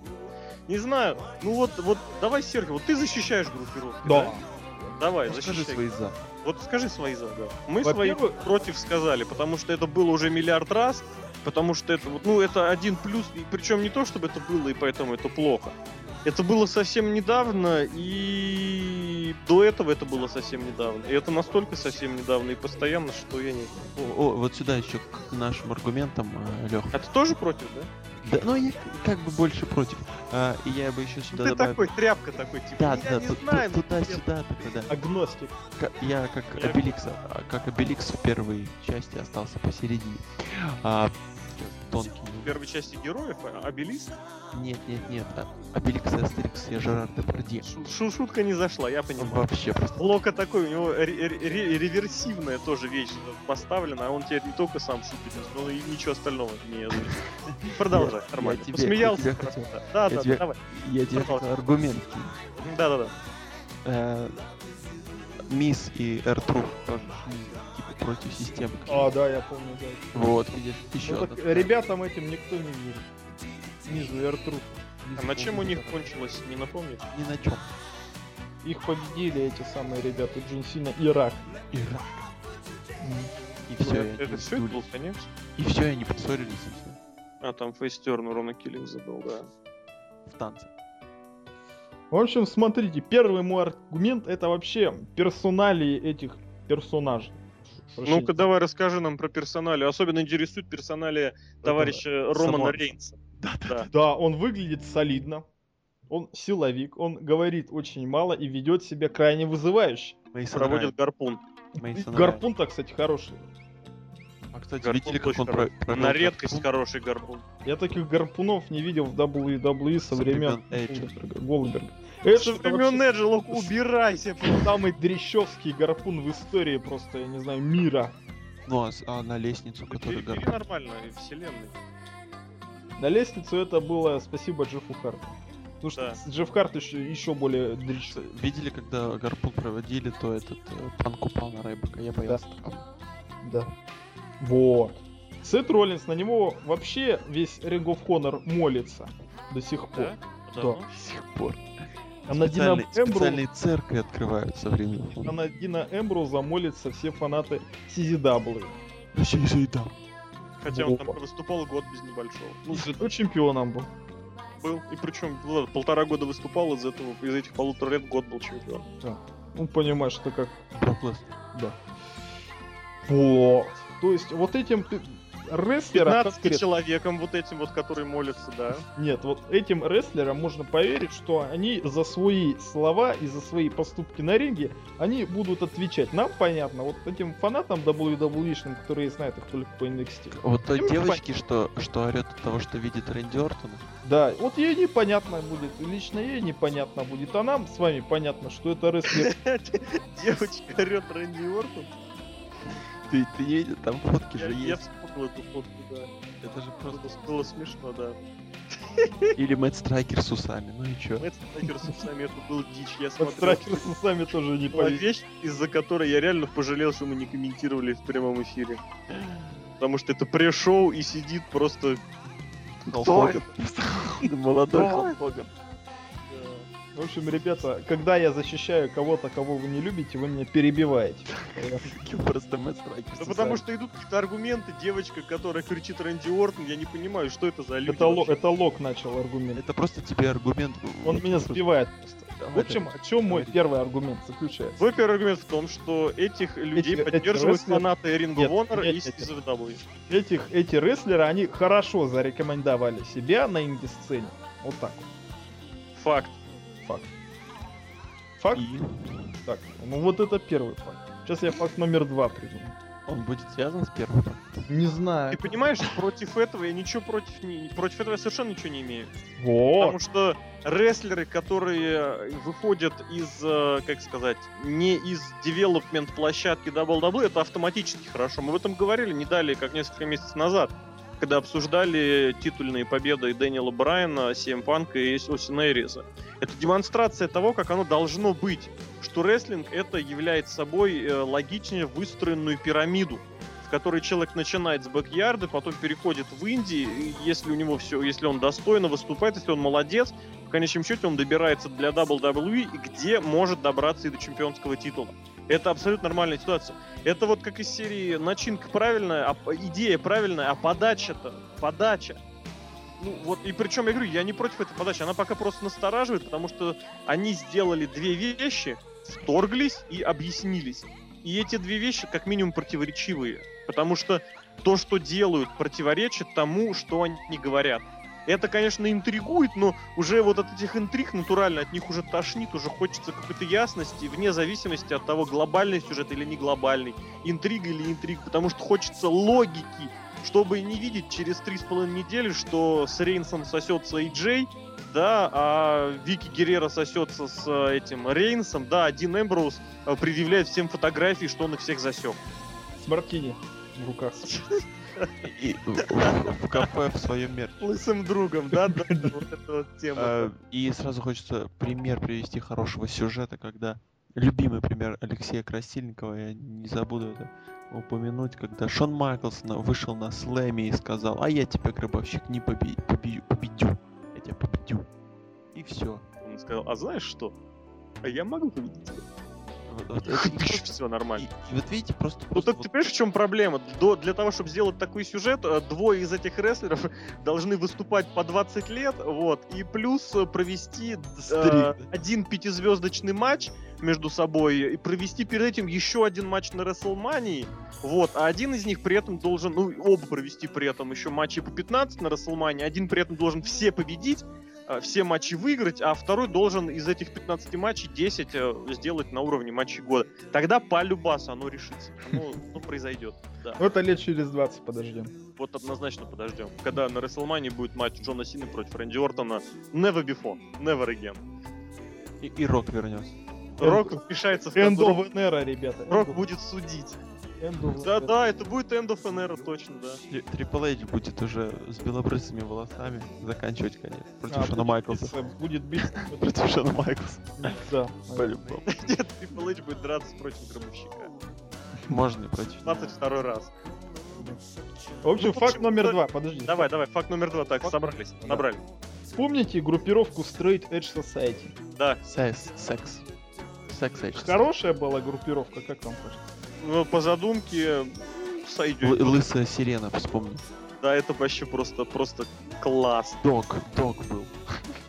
S2: Не знаю, ну вот, вот давай, Сергей, вот ты защищаешь группировку.
S3: Да.
S2: Давай,
S1: Расскажи
S2: защищай.
S1: свои за.
S2: Вот скажи свои за. да. Мы
S3: Во-первых-
S2: свои против сказали, потому что это было уже миллиард раз, потому что это вот, ну, это один плюс, и причем не то, чтобы это было, и поэтому это плохо. Это было совсем недавно, и до этого это было совсем недавно. И это настолько совсем недавно и постоянно, что я не...
S1: О, о, вот сюда еще к нашим аргументам, Леха.
S2: А ты тоже против, да?
S1: Да, ну я к- как бы больше против. А, и я бы еще сюда
S2: ты
S1: добавил.
S2: такой, тряпка такой, типа,
S1: Да,
S2: я
S1: да,
S2: не
S1: ту- ту-
S2: знаю, но нет».
S1: туда-сюда, ты да.
S3: Агностик.
S1: Ка- Я как
S2: Я-
S1: Обеликс, а, как Обеликс в первой части остался посередине. А, тонкий. ну,
S2: В первой части героев, а- обелиск,
S1: Нет, нет, нет. а, Обеликс и Астерикс, я Жерар Депардье.
S2: Шу- шу- шутка не зашла, я понимаю.
S1: Вообще просто.
S2: Лока такой, у него ре- ре- ре- реверсивная тоже вещь поставлена, а он теперь не только сам шутит, но и ничего остального не озвучит. Продолжай,
S1: Я-
S2: нормально.
S1: я тебе-
S2: Посмеялся?
S1: я тебя
S2: хорошо,
S1: хотел-
S2: Да,
S1: я
S2: да, да,
S1: тебя-
S2: давай.
S1: Я тебе
S2: Пожалуйста.
S1: хотел аргумент кинуть.
S2: Да, да, да.
S1: Э, Мисс и Эртруф тоже шли типа против системы.
S3: А, да, я помню, да.
S1: Вот, видишь, еще
S3: Ну,
S1: одна
S3: так
S1: такая.
S3: ребятам этим никто не верит. Снизу Эртруф.
S2: А на чем у них кончилось, не напомнишь?
S1: Ни на чем.
S3: Их победили эти самые ребята Джон Сина и Рак.
S1: Ирак. И
S2: Ну,
S1: все,
S2: Это все и было, конечно.
S1: и все, они поссорились и все.
S2: А, там фейстерн ровно киллинг забыл, да.
S1: В танце.
S3: В общем, смотрите, первый мой аргумент это вообще персоналии этих персонажей. Прошу
S2: Ну-ка,
S3: прощения.
S2: давай расскажи нам про персонали. Особенно интересует персонали товарища Романа
S1: Самуэль.
S2: Рейнса. да.
S3: Да, он выглядит солидно. Он силовик, он говорит очень мало и ведет себя крайне вызывающе.
S1: Мейсон
S2: проводит гарпун.
S3: Гарпун-то, кстати, хороший.
S1: А, кстати,
S2: Гарпун
S1: видели, как
S2: точно
S1: он про-
S2: раз.
S1: провел
S2: На редкость
S1: гарпун?
S2: хороший гарпун.
S3: Я таких гарпунов не видел в WWE
S1: Со
S3: со времен
S1: времен Эджа.
S3: Голдберга. Голдберга. Это
S2: Со
S3: же
S2: времен
S3: вообще
S2: Эджа, Лок, убирайся.
S3: самый дрещевский гарпун в истории просто, я не знаю, мира.
S1: Ну, а, с- а на лестницу,
S2: Бери
S1: который
S2: бери
S1: гарпун.
S2: нормально, вселенной.
S3: На лестницу это было спасибо Джеффу Харту. Потому что
S2: Да.
S3: с Джефф Харт еще, еще более дрищ.
S1: Видели, когда Гарпун проводили, то этот э, панк упал на Райбека. Я боялся такого.
S4: Да.
S3: Вот. Сет Роллинс, на него вообще весь Ring of Honor молится до сих пор.
S2: Да? Давно?
S1: До сих пор.
S3: А на Дина
S1: Специальные,
S3: Эмбру
S1: специальные церкви открываются
S3: а
S1: временем.
S3: на Дина Эмброуза молятся все фанаты CZW.
S1: Вообще не заедал.
S2: Хотя он там
S3: Опа.
S2: выступал год без небольшого.
S3: Ну, зато чемпионом был.
S2: Был. И причем ну, ладно, полтора года выступал, из этого, из этих полутора лет год был чемпион.
S3: Ну, понимаешь, это как...
S1: Брок Леснер.
S3: Вот. То есть, вот этим ты- рестлерам...
S2: 15 человеком вот этим вот, который молится, да.
S3: Нет, вот этим рестлерам можно поверить, что они за свои слова и за свои поступки на ринге, они будут отвечать. Нам понятно, вот этим фанатам WWE-шным, которые знают их только по NXT.
S1: Вот той
S3: Им
S1: девочке, что, что орет от того, что видит Рэнди Ортона.
S3: Да, вот ей непонятно будет, лично ей непонятно будет, а нам с вами понятно, что это рестлер.
S2: Девочка орет Рэнди Ортон.
S1: Ты, ты едешь, там фотки
S2: Я,
S1: же
S2: я
S1: есть.
S2: вспомнил эту фотку, да.
S1: Это же просто...
S2: Просто было смешно, да.
S1: Или Мэтт Страйкер с усами, ну и чё?
S2: Мэтт Страйкер с усами, это был дичь. Я смотрел,
S3: Страйкер с усами тоже не
S2: была
S3: поверит.
S2: вещь, из-за которой я реально пожалел, что мы не комментировали в прямом эфире. Потому что это пресс-шоу и сидит просто...
S1: Кто это? Ну, Молодой Халк Хоган.
S2: э,
S3: В общем, ребята, когда я защищаю кого-то, кого вы не любите, вы меня перебиваете.
S1: Каким Просто Мэтт Страйкер с
S2: Да потому
S1: усами.
S2: что идут какие-то аргументы, девочка, которая кричит Рэнди Ортон, я не понимаю, что это за люди.
S3: Это, ло-
S2: вообще.
S3: это Лок начал аргумент.
S1: Это просто тебе аргумент.
S3: Он
S1: Вот
S3: меня
S1: просто-
S3: сбивает просто.
S1: Давай,
S3: В общем, о чем мой
S1: Давай.
S3: первый аргумент заключается?
S2: Твой первый аргумент в том, что этих людей
S3: эти
S2: поддерживают
S3: рестлеры-
S2: фанаты Ring
S3: Нет,
S2: of Honor
S3: нет,
S2: и
S3: нет, нет.
S2: CZW.
S3: Этих, эти рестлеры, они хорошо зарекомендовали себя на инди-сцене. Вот так вот.
S2: Факт.
S3: Факт?
S1: и
S3: Так. Ну вот это первый факт. Сейчас я факт номер два придумаю.
S1: он будет связан с первым.
S3: Не знаю.
S2: Ты понимаешь, против этого я ничего против не... Против этого я совершенно ничего не имею.
S3: Вот.
S2: Потому что рестлеры, которые выходят из, э, как сказать, не из девелопмент площадки WWE, это автоматически хорошо. Мы об этом говорили не далее, как несколько месяцев назад, когда обсуждали титульные победы Дэниела Брайана, CM Панка и Осина Эриза. Это демонстрация того, как оно должно быть. Что рестлинг это является собой э, логичнее выстроенную пирамиду в которой человек начинает с бэк-ярда, потом переходит в Индии, и если у него все, если он достойно выступает, если он молодец, в конечном счете он добирается для WWE, и где может добраться и до чемпионского титула. Это абсолютно нормальная ситуация. Это вот как из серии начинка правильная, а п- идея правильная, а подача-то, подача. Ну вот, и причем я говорю, я не против этой подачи, она пока просто настораживает, потому что они сделали две вещи, вторглись и объяснились. И эти две вещи как минимум противоречивые, потому что то, что делают, противоречит тому, что они говорят. Это, конечно, интригует, но уже вот от этих интриг натурально, от них уже тошнит, уже хочется какой-то ясности, вне зависимости от того, глобальный сюжет или не глобальный, интрига или не интрига, потому что хочется логики, чтобы не видеть через три с половиной недели, что с Рейнсом сосется и Джей, да, а Вики Геррера сосется с э, этим Рейнсом, да, а Дин Эмброуз э, предъявляет всем фотографии, что он их всех засек.
S3: С мартини в руках.
S1: И в в кафе в своем мерке.
S2: Лысым другом, да, да, да, вот эта вот
S1: Э,
S2: тема.
S1: И сразу хочется пример привести хорошего сюжета, когда любимый пример Алексея Красильникова, я не забуду это упомянуть, когда Шон Майклс на- вышел на слэме и сказал, а я тебя, гробовщик, не поби- поби- победю, я тебя победю. И все.
S2: Он сказал, а знаешь что? А я могу победить. Все
S1: и,
S2: нормально.
S1: и вот видите, просто...
S2: Ну
S1: просто
S2: так ты понимаешь, в чем проблема? До- для того, чтобы сделать такой сюжет, э, двое из этих рестлеров должны выступать по 20 лет, вот, и плюс э, провести э,
S1: Стрик.
S2: один пятизвездочный матч между собой, и провести перед этим еще один матч на Расселмании, вот, а один из них при этом должен, ну, оба провести при этом еще матчи по 15 на Расселмании, один при этом должен все победить, э, все матчи выиграть, а второй должен из этих 15 матчей 10 э, сделать на уровне матчей года. Тогда по любасу оно решится. Оно, оно произойдет. Да.
S3: Ну, Это лет через 20 подождем.
S2: Вот однозначно подождем. Когда на Расселмане будет матч Джона Сины против Рэнди Ортона. Never before. Never again.
S1: и, и Рок вернется.
S2: Рок вмешается в
S3: Эндро
S2: концовку.
S3: Венера, ребята.
S2: Рок будет судить.
S4: End of
S2: Да,
S4: Era.
S2: да, это будет End of an Era, точно, да.
S1: Трипл Эйдж будет уже с белобрысыми волосами заканчивать конец. Против
S3: А,
S1: Шона
S3: будет
S1: Майклса.
S3: биться- Будет биться.
S1: Против Шона Майклса.
S3: Да.
S1: По-любому.
S2: Нет, Triple H будет драться против Гробовщика.
S1: Можно и против.
S2: 22 раз.
S3: В общем,
S2: Ну,
S3: факт
S2: в общем,
S3: номер
S2: да-
S3: два. Подожди.
S2: Давай, давай, факт номер два. Так,
S3: Факт-
S2: собрались,
S3: Да.
S2: набрали.
S3: Вспомните группировку Straight Edge Society.
S2: Да.
S1: Секс. Секс. Секс Эйдж.
S3: Хорошая была группировка, как вам кажется?
S2: Ну, по задумке сойдет.
S1: Л- Лысая сирена, вспомни.
S2: Да, это вообще просто, просто класс.
S1: Дог. Дог был.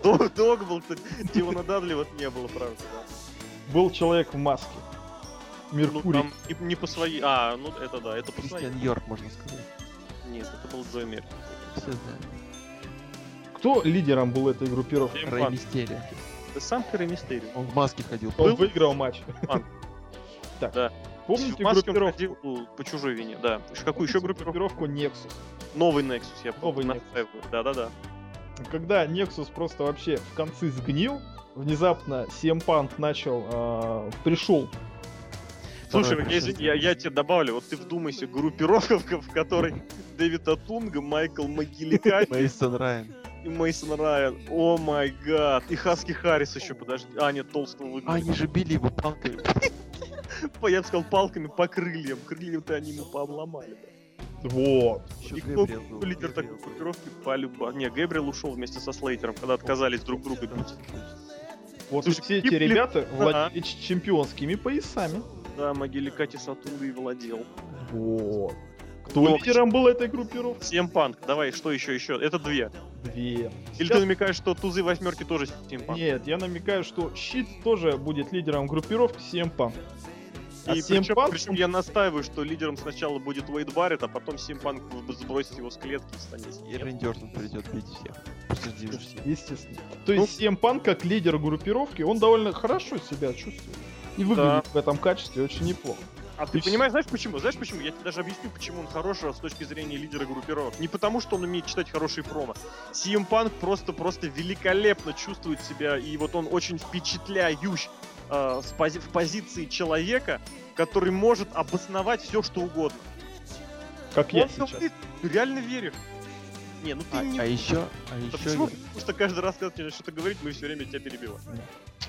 S2: Дог, Дог был, кстати, Дилана Дадли вот не было, правда. да.
S3: Был человек в маске.
S2: Ну,
S3: Меркурий.
S2: там не, не по своей... А, ну это да, это по своей.
S1: Кристиан Йорк, можно сказать.
S2: Нет, это был Джой Мер.
S1: Все знают.
S3: Кто лидером был этой группировки?
S2: Сэм
S1: Рэй
S2: Панк.
S1: Мистерия.
S2: Да сам Рэй Мистерио.
S1: Он в маске ходил.
S3: Он
S2: Был?
S3: выиграл матч.
S2: А.
S3: Так,
S2: Да.
S3: помните
S2: В маске он
S3: группировку?
S2: ходил, ну, по чужой вине, да. Еще какую еще
S3: Помните
S2: группировку?
S3: группировку Nexus?
S2: Новый Nexus, я
S3: Новый Nexus.
S2: настаиваю. Да-да-да.
S3: Когда Nexus просто вообще в конце сгнил, внезапно CM Punk начал, э, пришел.
S2: Слушай,
S1: Второе
S2: я, извини, я, я тебе добавлю, вот ты вдумайся, группировка, в которой Дэвид Атунга, Майкл Могилика
S1: Мейсон Райан.
S2: и Мейсон Райан. О май гад. И Хаски Харрис еще, подожди. А, нет, толстого
S1: А,
S2: выиграл.
S1: они же били его палками.
S2: Я бы сказал, палками по крыльям. Крыльям-то они ему пообломали.
S3: Вот.
S1: Еще
S2: И кто
S1: Гэбриэл был,
S2: лидер такой
S1: Гэбриэл был.
S2: группировки по любому. Не, Гэбриэл ушел вместе со Слейтером, когда отказались друг друга бить.
S3: Вот
S2: Слушай, А.
S3: все
S2: и
S3: эти
S2: блин,
S3: ребята
S2: да.
S3: владели ч- чемпионскими поясами.
S2: Да, Могиликати Сатунга и владел.
S3: Вот. Кто
S2: Но-
S3: лидером был этой группировки?
S2: Всем панк, давай, что еще, еще? Это две.
S3: Две.
S2: Или
S3: Сейчас-
S2: ты намекаешь, что тузы восьмерки тоже Всем панк?
S3: Нет, я намекаю, что Щит тоже будет лидером группировки CM Punk. А
S2: И
S3: CM
S2: причем,
S3: Punk
S2: причем я настаиваю, что лидером сначала будет Уэйд Барретт, а потом Симпанк сбросит его с клетки и станет.
S1: И Рэнди Ортон придет бить всех. Подожди уже всех.
S3: Естественно. То есть CM Punk как лидер группировки, он довольно хорошо себя чувствует. И выглядит в этом качестве очень неплохо.
S2: А ты
S3: И всё.
S2: понимаешь, знаешь почему? Знаешь почему? Я тебе даже объясню, почему он хороший с точки зрения лидера группировок. Не потому, что он умеет читать хорошие промо. CM Punk просто, просто великолепно чувствует себя, и вот он очень впечатляющ э, с пози- в позиции человека, который может обосновать все, что угодно.
S3: Как я
S2: Он
S3: сейчас.
S2: говорит, ты реально веришь? Не, ну ты
S1: А,
S2: не...
S1: а еще, а
S2: Да
S1: еще,
S2: почему? Потому что каждый раз, когда ты начинаешь что-то говорить, мы все время тебя перебиваем.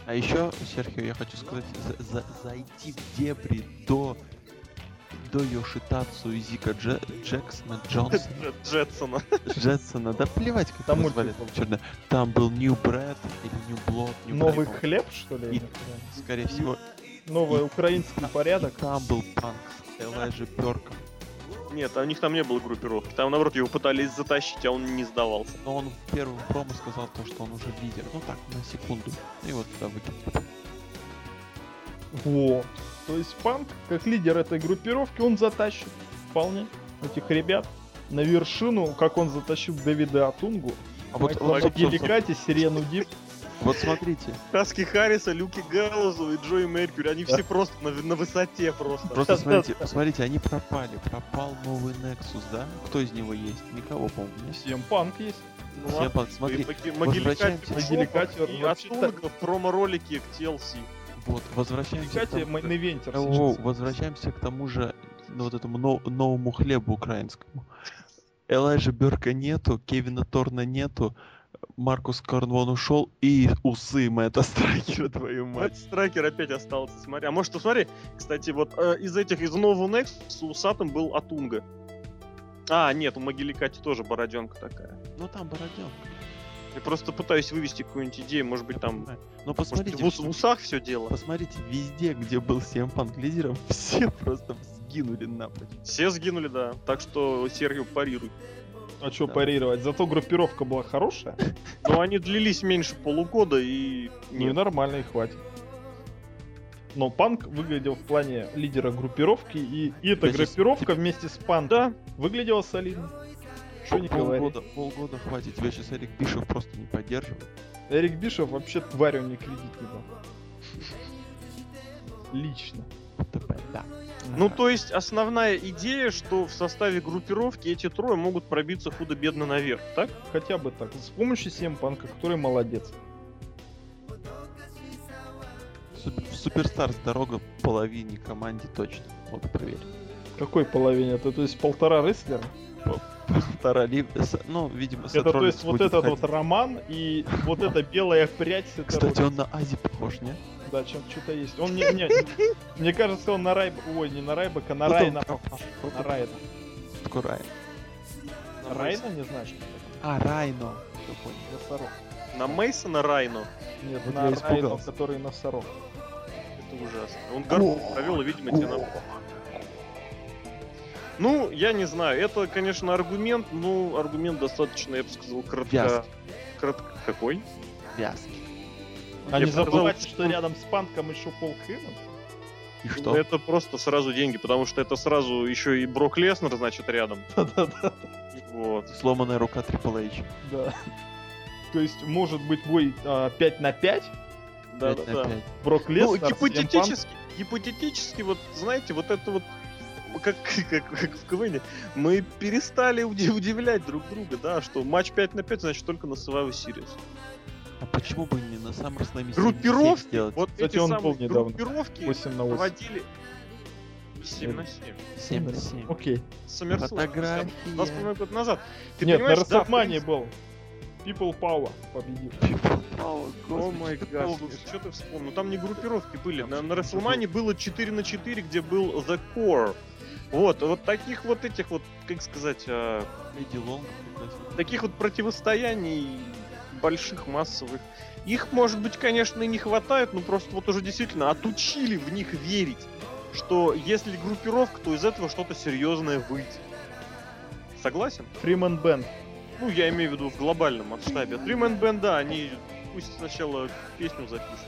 S1: а еще, Серхио, я хочу сказать, за- за- зайти в дебри до до Йошитацу и Зика Дже- Джексона, Джонсона,
S2: Джет- Джетсона.
S1: Джетсона, да плевать, как
S3: Там
S1: его
S3: мультик
S1: звали,
S3: был.
S1: черт, да. Там был New Bread или New Blood, New
S3: Новый
S1: Bread,
S3: хлеб, что ли?
S1: И-
S3: или как?
S1: скорее всего.
S3: Новый украинский порядок.
S1: И там был Панк с Элайджи Перком.
S2: Нет, а у них там не было группировки. Там, наоборот, его пытались затащить, а он не сдавался.
S1: Но он в первом промо сказал то, что он уже лидер. Ну так, на секунду. И вот туда А выкинули.
S3: Вот. То есть Панк, как лидер этой группировки, он затащит вполне этих ребят на вершину, как он затащил Давида Атунгу,
S1: А вот,
S3: Майкла
S1: вот, собственно,
S3: Могиликати, Сирену Дип.
S1: вот смотрите,
S2: Хаски Харриса, Люки Галлозу и Джои Меркьюри, они
S3: Да.
S2: все просто на, на высоте просто.
S1: Просто
S3: Да,
S1: смотрите,
S3: да, да.
S1: смотрите, они пропали. Пропал новый Nexus, да? Кто из него есть? Никого, по-моему, нет.
S3: Всем Панк есть.
S2: Ну,
S1: Всем
S2: ладно,
S1: пан- смотри,
S2: и Маги-
S1: возвращаемся-
S2: Могиликати
S3: Могиликати,
S2: ушел, и
S3: вообще-то-
S2: Атунга в промо-ролике к TLC.
S1: вот, возвращаемся к
S3: Могиликати,
S1: тому,
S3: мейн-ивентер
S1: Воу,
S3: сейчас.
S1: возвращаемся к тому же, ну, вот этому но- новому хлебу украинскому. Элайджа Берка нету, Кевина Торна нету, Маркус Корнвон ушел, и усы Мэтта Страйкера, твою мать.
S2: Мэтт Страйкер опять остался, смотри. А может, смотри, кстати, вот э, из этих, из нового Nexus усатым был Атунга. А, нет, у Могиликати тоже бороденка такая.
S1: Ну там бородел.
S2: Я просто пытаюсь вывести какую-нибудь идею, может быть, там...
S1: Ну
S2: Может, быть,
S1: посмотрите,
S2: в, ус- в усах все дело?
S1: посмотрите, везде, где был CM Punk лидером, все просто сгинули напрочь.
S2: Все сгинули, да. Так что Сергей парирует.
S3: А что
S1: Да.
S3: парировать? Зато группировка была хорошая.
S2: Но они длились меньше полугода и...
S3: Ну и
S2: Нет.
S3: нормально, и хватит. Но Панк выглядел в плане лидера группировки, и, и эта
S1: Тебя щас-
S3: группировка вместе с Панком
S2: Да,
S3: выглядела солидно. Что не говори.
S1: полгода, полгода хватит. Тебя сейчас Эрик Бишев просто не поддерживает.
S3: Эрик Бишев вообще тварь, он не кредит не дал. Лично.
S1: ТП, да.
S2: Ну, то есть, основная идея, что в составе группировки эти трое могут пробиться худо-бедно наверх, так?
S3: Хотя бы так. С помощью CM Панка, который молодец.
S1: Суп- В Суперстарс дорога половине команде точно. Вот проверь.
S3: Какой половине? Это то есть полтора рестлера?
S1: Полтора ли- с- Ну, видимо,
S3: Это то
S1: Сет
S3: есть
S1: Роллинс
S3: вот
S1: будет
S3: этот
S1: ходить.
S3: вот Роман и вот эта белая прядь. с этой
S1: Кстати,
S3: рукой.
S1: он на Ази похож, не?
S3: Да, чем что-то есть. Он не, не- мне кажется, он на Райб... Ой, не на Райбака, на
S1: Ну, там
S3: Райна.
S1: прям
S3: На Райна.
S1: такой Райан.
S2: На
S3: Райна не знаешь? что такое?
S1: А, Райно. Всё понял.
S3: Носорог.
S2: На Мейсона Райну.
S3: Нет,
S1: Вот
S3: на
S1: я
S3: Райна,
S1: испугался.
S3: который носорог.
S2: Это ужасно. Он гарпун провел, и, видимо, тебе на... Ну, я не знаю. Это, конечно, аргумент, но аргумент достаточно, я бы сказал, кратко...
S1: Вязкий.
S2: кратко... Какой?
S1: Вязкий.
S3: А
S2: Я
S3: не
S2: показал,
S3: забывайте,
S2: что-
S3: что рядом с Панком еще Пол Хейман.
S1: И
S2: Ну,
S1: что?
S2: Это просто сразу деньги, потому что это сразу еще и Брок Леснер, значит, рядом.
S3: Да-да-да.
S2: Вот.
S1: Сломанная рука Triple H.
S3: Да. То есть, может быть, бой 5 на 5?
S2: Да,
S1: Пять
S2: да,
S1: на
S2: да.
S1: пять.
S3: Брок
S2: Ну,
S3: Леснар, Сем
S2: гипотетически, гипотетически, вот, знаете, вот это вот как, как, как в КВН, мы перестали уди- удивлять друг друга, да, что матч 5 на 5, значит, только на Survivor Series.
S1: А почему бы не на SummerSlam
S2: Группировки?
S1: сделать?
S2: Вот
S3: Кстати,
S2: эти
S3: он
S2: самые
S3: был недавно.
S2: группировки
S3: Панк 8 на 8.
S2: проводили 7 на 7.
S1: 7 на 7.
S3: Окей.
S2: Саммерслэм.
S1: Фотографии.
S2: 2,5 года назад. Ты
S3: Нет, на
S2: понимаешь, да, в
S3: Растлмании был. People Power победил.
S2: О май гад, что ты вспомнил? Там не группировки были. На, на Расселмане было 4 на 4, где был The Core. Вот, вот таких вот этих вот, как сказать, а,
S1: Леди Лонг.
S2: таких вот противостояний больших, массовых. Их, может быть, конечно, и не хватает, но просто вот уже действительно отучили в них верить, что если группировка, то из этого что-то серьезное выйдет. Согласен?
S3: Фриман Бенд.
S2: Ну, я имею в виду в глобальном масштабе. Три Man Band, да, они пусть сначала песню запишут.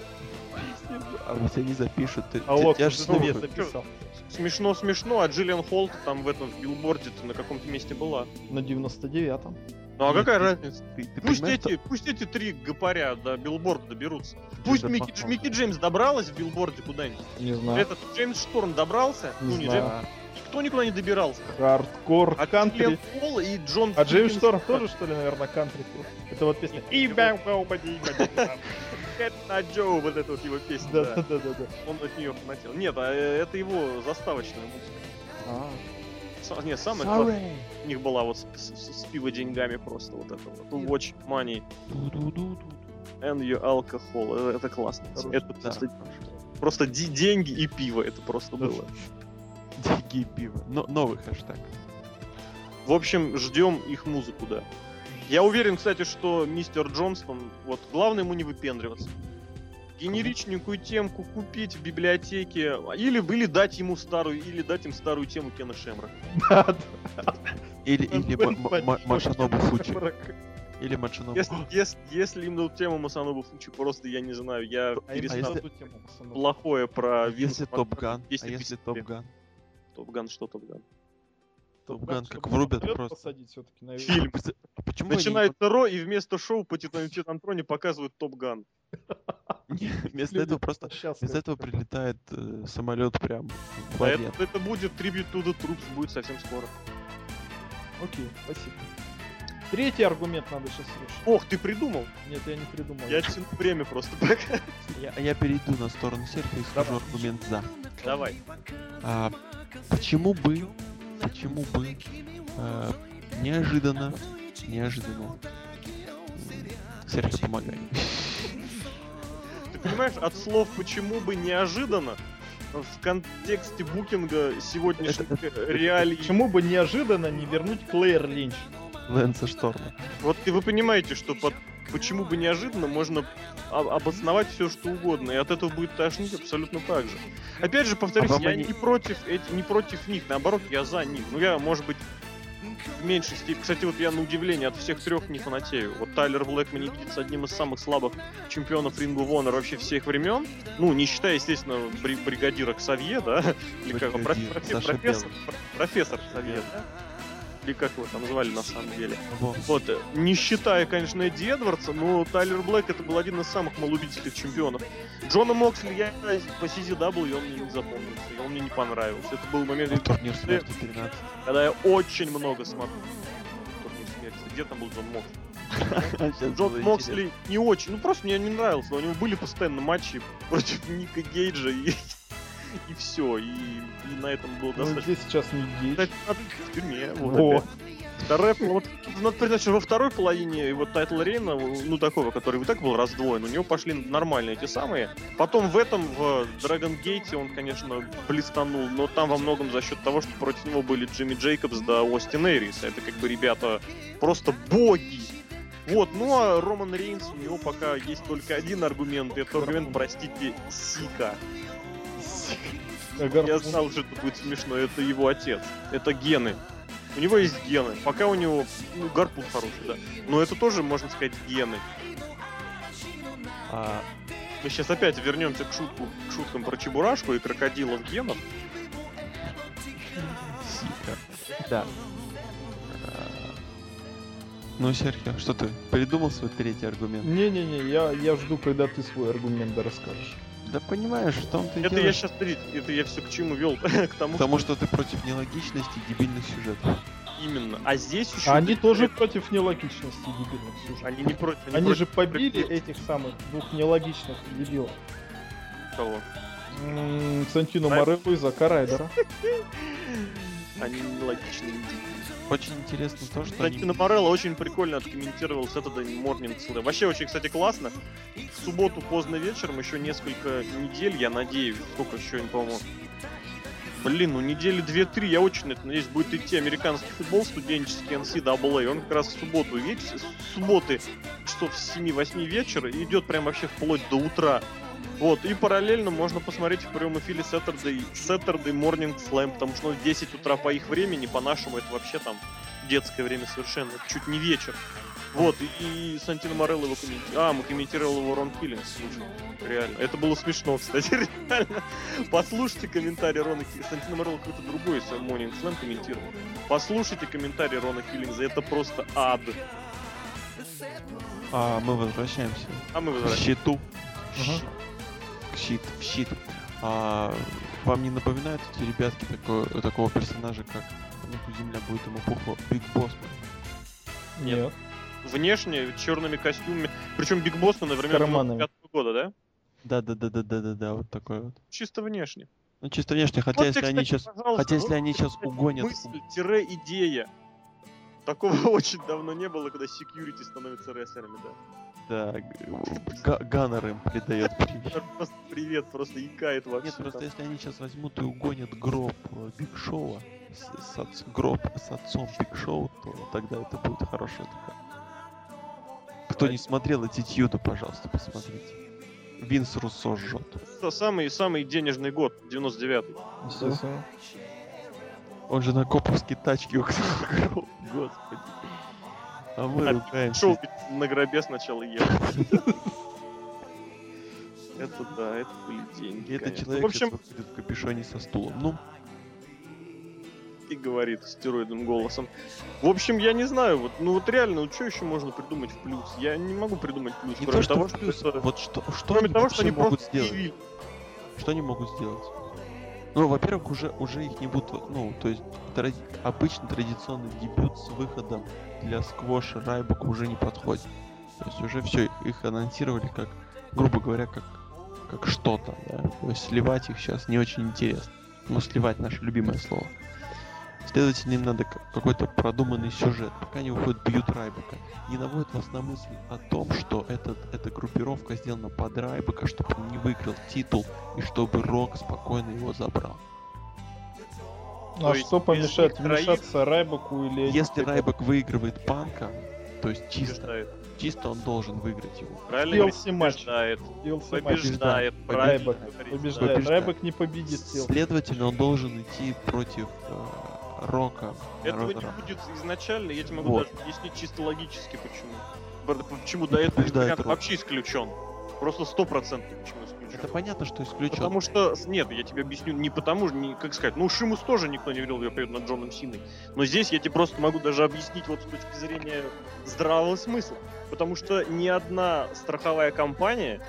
S1: А вот они запишут. Ты,
S3: Алло,
S1: тебя ж
S3: кто
S1: совет.
S3: записал?
S2: Смешно, смешно, а Джиллиан Холт там в этом в билборде на каком-то месте была.
S3: На 99-м.
S2: Ну а
S1: Нет, ты-
S2: какая разница?
S1: Ты,
S3: Ну,
S1: ты
S2: Пусть
S1: понимаешь,
S2: эти, пусть эти три гопаря до билборда доберутся. Пусть Микки,
S1: запахал,
S2: Микки
S1: да.
S2: Джеймс добралась в билборде куда-нибудь.
S3: Не знаю.
S2: Этот Джеймс Шторм добрался.
S3: А? Не
S2: ну, не
S3: знаю.
S2: Джеймс, никто никуда не добирался.
S3: Хардкор
S2: А
S3: кантри.
S2: Джиллиан Холл и Джон
S3: А Джеймс
S2: Фрикин-
S3: Шторм тоже, что ли, наверное, кантри? пел? Это вот песня.
S2: И
S3: И
S2: бэм,
S3: бэм
S2: Кэт на Джо, вот эта вот его песня.
S3: Да, да,
S2: да.
S3: да, да.
S2: Он от нее фанател. Нет, а э, это его заставочная музыка.
S1: А,
S2: Са- Не,
S3: А,
S2: самая классная
S1: Sorry.
S2: у них была вот с, с- с- с пиво деньгами просто вот это вот. Watch Money
S1: Ду-ду-ду-ду.
S2: and your alcohol. Э, Это классно.
S1: Хорошо.
S2: Это
S1: Да.
S2: просто, просто ди- деньги и пиво это просто было.
S1: Деньги и пиво. Но- Новый хэштег.
S2: В общем, ждем их музыку, да. Я уверен, кстати, что мистер Джонс, там, вот, главное ему не выпендриваться. Генеричненькую темку купить в библиотеке, а, или, или дать ему старую, или дать им старую тему Кена Шемра.
S3: да, да.
S1: Или, или м- м- м- Машинобу Фучи.
S3: Мрак.
S1: Или Машинобу.
S2: Если, если, если им дадут тему Масанобу Фучи, просто я не знаю, я
S3: А
S1: если-
S2: перестану
S3: если эту тему, пацаны?
S2: плохое про
S1: А
S2: Винса
S1: если Топган? А
S2: Если
S1: если
S2: пистолет.
S1: Топган?
S2: Топган, что Топган?
S1: Топган как
S3: чтобы
S1: врубят
S3: самолет
S1: просто.
S3: посадить все-таки, наверное.
S2: Фильм.
S1: А почему они
S2: Начинает Ро, и вместо шоу по Титан- Титантроне показывают Топган.
S1: не- вместо
S3: Люди
S1: этого просто...
S3: Сейчас.
S1: Вместо этого прилетает э, самолет прям в
S2: А это,
S1: арен.
S2: это будет Tribute to the Troops, будет совсем скоро.
S3: Окей, спасибо. Третий аргумент надо сейчас слушать.
S2: Ох, ты придумал!
S3: Нет, я не придумал.
S2: Я тяну время просто пока.
S1: Я, я перейду на сторону сердца и скажу
S3: Давай.
S1: аргумент за.
S2: Давай.
S1: А, почему бы, почему бы э, неожиданно, неожиданно м, Серхио помогай.
S2: Ты понимаешь, от слов «почему бы неожиданно» в контексте букинга сегодняшних реалий.
S3: Почему бы неожиданно не вернуть Клэр Линч?
S1: Лэнса Шторма.
S2: Вот и вы понимаете, что под «почему бы неожиданно» можно о- обосновать все что угодно, и от этого будет тошнить абсолютно так же. Опять же, повторюсь,
S1: А вам
S2: я
S1: они-
S2: не против эти, не против них, наоборот, я за них. Ну, я, может быть, в меньшей степени. Кстати, вот я на удивление от всех трех не фанатею. Вот Тайлер Блэкман с одним из самых слабых чемпионов Рингу Вонер вообще всех времен. Ну, не считая, естественно, бри- бригадира Ксавье, да? Или как его, проф-
S1: Бригадир
S2: проф-
S1: Саша
S2: профессор,
S1: Белый.
S2: про- профессор Ксавье, да? Или как его там звали на самом деле.
S1: Во.
S2: Вот, э, не считая, конечно, Эдди Эдвардса, но Тайлер Блэк это был один из самых малолюбительских чемпионов. Джона Моксли я по CZW, он мне не запомнился, и он мне не понравился. Это был момент,
S1: Ну, Турнир смерти 13.
S2: когда я очень много смотрел. Турнир смерти. Где там был Джон Моксли?
S1: Сейчас было
S2: Джон
S1: интересно.
S2: Моксли не очень, ну просто мне не нравился, но у него были постоянно матчи против Ника Гейджа и и все. И, и на этом было
S3: Ну,
S2: достаточно.
S3: здесь сейчас не гей.
S2: Кстати, а ты в тюрьме. Вот,
S3: Во.
S2: опять. Вторая, ну, вот, надо признать, что во второй половине его Тайтл Рейна, ну такого, который и так был раздвоен, у него пошли нормальные эти самые. Потом в этом, в Dragon Gate, он, конечно, блистанул, но там во многом за счет того, что против него были Джимми Джейкобс да Остин Эрис. Это как бы ребята просто боги. Вот, ну а Роман Рейнс, у него пока есть только один аргумент, и этот аргумент, простите, Сика. Я знал, что это будет смешно. Это его отец. Это гены. У него есть гены. Пока у него ну, гарпун хороший, да. Но это тоже, можно сказать, гены. А, Мы сейчас опять вернемся к, шутку, к шуткам про Чебурашку и крокодилов генов.
S3: Да.
S1: Ну, Серхио, что ты? Придумал свой третий аргумент?
S3: Не-не-не, я, я жду, когда ты свой аргумент расскажешь.
S1: Да понимаешь, в том-то и
S2: Это
S1: дело,
S2: я сейчас, это я все к чему вел, к тому,
S1: Потому что ты против нелогичности и дебильных сюжетов.
S2: что именно. А здесь еще...
S3: А они тоже против нелогичности дебильных сюжетов.
S2: Они не против.
S3: Они,
S2: против
S3: же побили
S2: прикол.
S3: этих самых двух нелогичных дебилов.
S2: кого.
S3: М, Сантино
S2: Да.
S3: Морелло и Зака Райдера.
S2: Они нелогичные люди.
S1: Очень интересно то, что они...
S2: Тарантино Морелло очень прикольно откомментировал Saturday Morning Slam. Вообще очень, кстати, классно. В субботу поздно вечером, еще несколько недель, я надеюсь, сколько еще им, по-моему, Блин, ну недели две-три, я очень на это надеюсь, будет идти американский футбол студенческий NCAA. А. Он как раз в субботу вечер, с субботы часов с 7-8 вечера и идет прям вообще вплоть до утра. Вот, и параллельно можно посмотреть в прямом эфире Saturday, Saturday Morning Slam, потому что ну, в 10 утра по их времени, по-нашему, это вообще там детское время совершенно, это чуть не вечер. Вот, и, и Сантино Морелло его комментировал. А, мы комментировал его Рон Киллинг, слушай. Реально. Это было смешно, кстати, реально. Послушайте комментарий Рона Киллинга. Сантино Морелло какой-то другой свой Morning Slam комментировал. Послушайте комментарий Рона Киллинга, это просто ад.
S1: А, мы возвращаемся
S2: А мы
S1: к
S2: возвращаемся.
S1: щиту. К щит, в щит. А, вам не напоминают эти ребятки такое- такого персонажа, как ну, земля будет ему пухла, Биг Босс?
S3: Нет.
S2: Внешне, в черными костюмами. Причем Биг Босс, например,
S3: Карманами.
S2: 95 года, да?
S1: Да-да-да-да-да-да-да, вот такой вот.
S2: Чисто внешне.
S1: Ну, чисто внешне, хотя
S2: Вот тебе,
S1: если они
S2: кстати,
S1: сейчас...
S2: пожалуйста, ну,
S1: Хотя если
S2: вот
S1: они сейчас угонят...
S2: Мысль-идея. Такого очень давно не было, когда секьюрити становятся рестлерами, да.
S1: Да, га- Ганнер им придает привет.
S2: Просто привет, просто икает вообще.
S1: Нет, просто
S2: там.
S1: если они сейчас возьмут и угонят гроб э, Биг Шоу, с, с отц- гроб с отцом Биг Шоу, то тогда это будет хорошая такая. Кто не смотрел эти тьюды, пожалуйста, посмотрите. Винс Руссо жжет.
S2: Это самый самый денежный год, 99-й.
S3: Естественно.
S1: Он же на коповские тачки указал гроб, господи. А мы
S2: А, Шел
S1: ругаемся.
S2: ведь на гробе сначала ел. Это да, это были деньги.
S1: Это
S2: конечно.
S1: человек
S2: В общем,
S1: сейчас выходит в капюшоне со стулом. Ну,
S2: и говорит стероидным голосом. В общем, я не знаю, вот, ну вот реально, ну что еще можно придумать в плюс? Я не могу придумать плюс,
S1: не
S2: кроме
S1: то, что
S2: того,
S1: в
S2: что
S1: плюс,
S2: это-
S1: вот что, что
S2: кроме
S1: они
S2: того, что
S1: вообще
S2: они
S1: могут
S2: просто
S1: сделать?
S2: дебилы.
S1: Что они могут сделать? Ну, во-первых, уже, уже их не будут, ну, то есть тради- обычно традиционный дебют с выходом для сквоша Райбока уже не подходит. То есть уже все, их анонсировали как, грубо говоря, как, как что-то, да. То есть сливать их сейчас не очень интересно. Ну, сливать наше любимое слово. Следовательно, им надо к- какой-то продуманный сюжет, пока не выходит бьют Райбока. Не наводит вас на мысль о том, что этот, эта группировка сделана под Райбока, чтобы он не выиграл титул и чтобы Рок спокойно его забрал.
S3: А
S2: То есть
S3: что
S2: из
S3: помешает
S2: них троих-
S3: вмешаться Райбаку или...
S1: Если Райбок выигрывает Панка, то есть чисто,
S2: Побеждает.
S1: чисто он должен выиграть его.
S2: Правильно говорит?
S3: DLC матч.
S2: Побеждает.
S3: DLC матч.
S2: Побеждает. Правильно
S3: Райбок
S2: говорит, да.
S3: побеждает.
S1: Побеждает.
S3: Райбак не победит. DLC.
S1: Следовательно, он должен идти против э, Рока.
S2: Этого
S1: Народа
S2: не
S1: Рока.
S2: будет изначально, я тебе могу
S1: Вот.
S2: даже объяснить чисто логически, почему. Правда, Почему до этого
S1: Побеждает
S2: вариант
S1: Рок.
S2: вообще исключен. Просто стопроцентно почему исключен.
S1: Это понятно, что исключен.
S2: Потому что, с- нет, я тебе объясню, не потому же, не, как сказать, ну Шимус тоже никто не говорил, я поеду над Джоном Синой. Но здесь я тебе просто могу даже объяснить вот с точки зрения здравого смысла. Потому что ни одна страховая компания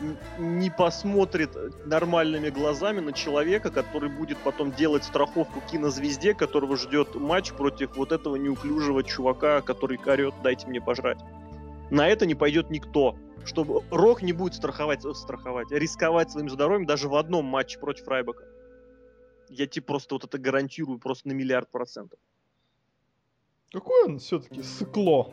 S2: н- не посмотрит нормальными глазами на человека, который будет потом делать страховку кинозвезде, которого ждет матч против вот этого неуклюжего чувака, который корет «дайте мне пожрать». на это не пойдет никто. Чтобы Рок не будет страховать, о, страховать, рисковать своим здоровьем даже в одном матче против Райбака. Я тебе просто вот это гарантирую просто на миллиард процентов.
S3: Какое он все-таки сыкло.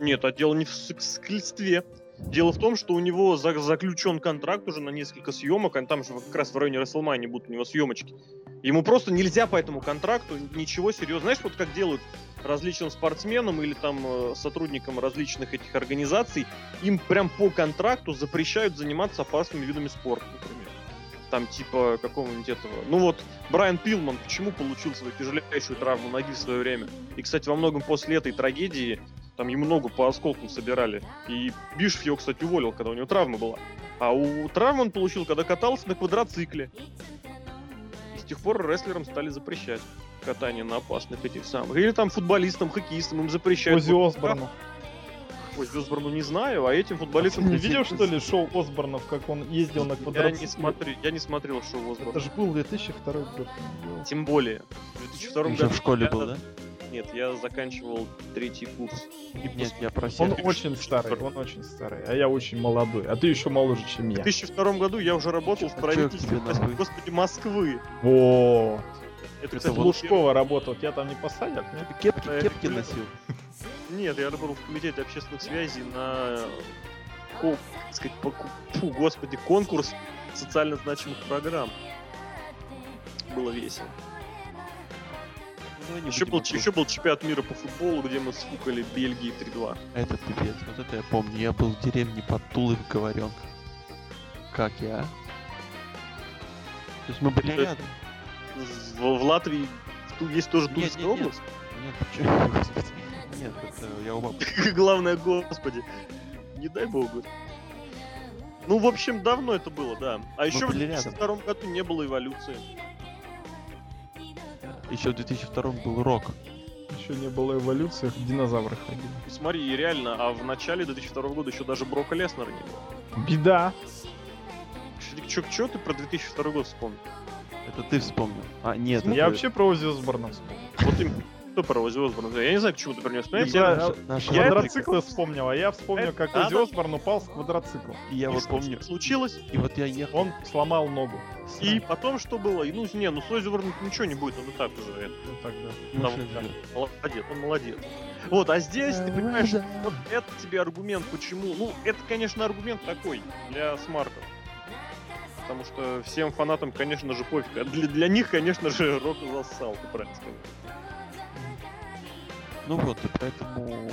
S2: Нет, а дело не в ск- склевстве. Дело в том, что у него за- заключен контракт уже на несколько съемок, а там же как раз в районе Расселмани будут у него съемочки. Ему просто нельзя по этому контракту ничего серьезного. Знаешь, вот как делают различным спортсменам или там э, сотрудникам различных этих организаций, им прям по контракту запрещают заниматься опасными видами спорта, например. Там типа какого-нибудь этого. Ну вот Брайан Пилман почему получил свою тяжелейшую травму ноги в свое время? И, кстати, во многом после этой трагедии там ему ногу по осколкам собирали. И Бишев его, кстати, уволил, когда у него травма была. А у травмы он получил, когда катался на квадроцикле. И с тех пор рестлерам стали запрещать катание на опасных этих самых. Или там футболистам, хоккеистам им запрещают.
S3: Ози Осборну.
S2: Ой, Осборну не знаю, а этим футболистам...
S3: Не видел, что ли, шоу Осборнов, как он ездил на
S2: Я
S3: квадроцикле?
S2: не, смотри, я не смотрел шоу
S3: Это
S2: Осборна.
S3: же был 2002 год.
S2: Тем более, в 2002
S1: Ты
S2: году...
S1: еще в школе
S2: я-
S1: был, да?
S2: Нет, я заканчивал третий курс.
S1: Нет, я просил.
S3: Он очень старый, он очень старый, а я очень молодой, а ты еще моложе, чем
S2: В
S3: я.
S2: 2002 году я уже работал в
S1: А чё
S2: правительстве,
S1: тебе нахуй?
S2: господи, Москвы.
S3: Во,
S2: Это,
S1: Это
S2: кстати,
S1: вот-
S2: Лужков.
S3: Лужкова работал, тебя там не посадят, нет?
S1: Кепки,
S2: Э,
S1: кепки
S2: э,
S1: носил.
S2: Нет, я работал в комитете общественных связей на э, ко- так сказать, по- фу, господи, конкурс социально значимых программ. Было весело.
S1: Ну, не
S2: Еще
S1: будем о
S2: был, еще был чемпионат мира по футболу, где мы сфукали Бельгии 3-2.
S1: том. Это пипец, вот это я помню. Я был в деревне под Тулой в Говоренках. Как я? а? То есть мы были
S2: Что это?
S1: рядом.
S2: В, в Латвии ту- есть тоже
S1: Нет,
S2: Тульская
S1: нет,
S2: область.
S1: Нет, почему? Господи. Нет, это я у бабушки.
S2: Главное, господи. Не дай богу. Ну, в общем, давно это было, да. А еще в
S1: Ну, были рядом.
S2: 2002 году не было эволюции.
S1: Еще в 2002 был рок.
S3: Еще не было эволюции, динозавры ходили.
S2: И Смотри, и реально, а в начале 2002 года еще даже Брока Леснера не было.
S3: Беда.
S2: Че ты про 2002 год вспомнил?
S1: Это ты вспомнил. А, нет.
S3: Я
S1: это-
S3: вообще про Ози Осборна вспомнил.
S2: Вот им кто про Ози Осборна? Я не знаю, к чему ты про него вспоминаешь.
S3: Не знаю,
S2: Я-
S1: Наша- наша
S2: я
S1: рубрика.
S3: Квадроциклы вспомнил, а я вспомнил, как
S2: Да,
S3: Ози
S2: да.
S3: Осборн упал с квадроцикла.
S1: И я
S2: И
S1: вот
S2: что
S1: помню.
S2: Случилось.
S1: И вот я ехал.
S3: Он сломал ногу.
S2: И потом что было? И, Ну, не, ну с Ози Осборном ничего не будет, он и так уже. это,
S3: Ну, так, да.
S2: там,
S1: Слушай,
S2: да,
S1: Жир,
S2: молодец, он молодец. Вот, а здесь, ты понимаешь, вот это тебе аргумент, почему... Ну, это, конечно, аргумент такой для смарта. Потому что всем фанатам, конечно же, пофиг. А для, для них, конечно же, Рок засал, ты правильно сказал.
S1: Ну вот, и поэтому...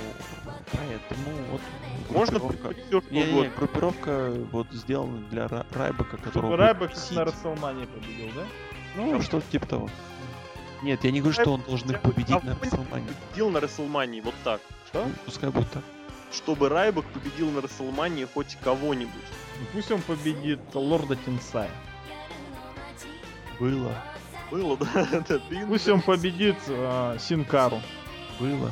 S1: Поэтому вот...
S2: Можно
S1: группировка-
S2: все что
S1: Не-не-не,
S2: угодно.
S1: группировка вот сделана для Ра- Райбека, которого...
S3: Райбек
S1: будет
S3: на
S1: бесить.
S3: Расселмане победил, да?
S1: Ну, что-то типа того. Нет, я не говорю, что он должен их победить на
S2: Райбек
S1: Расселмане.
S2: победил на Расселмании вот так.
S1: Ну, Пускай будет так.
S2: Чтобы Райбок победил на Расселмании хоть кого-нибудь.
S3: Ну, Пусть он победит лорда Тинсая.
S1: Было,
S2: Было, да?
S1: Ну,
S2: да, ты-
S3: Пусть он победит э, Синкару.
S1: было,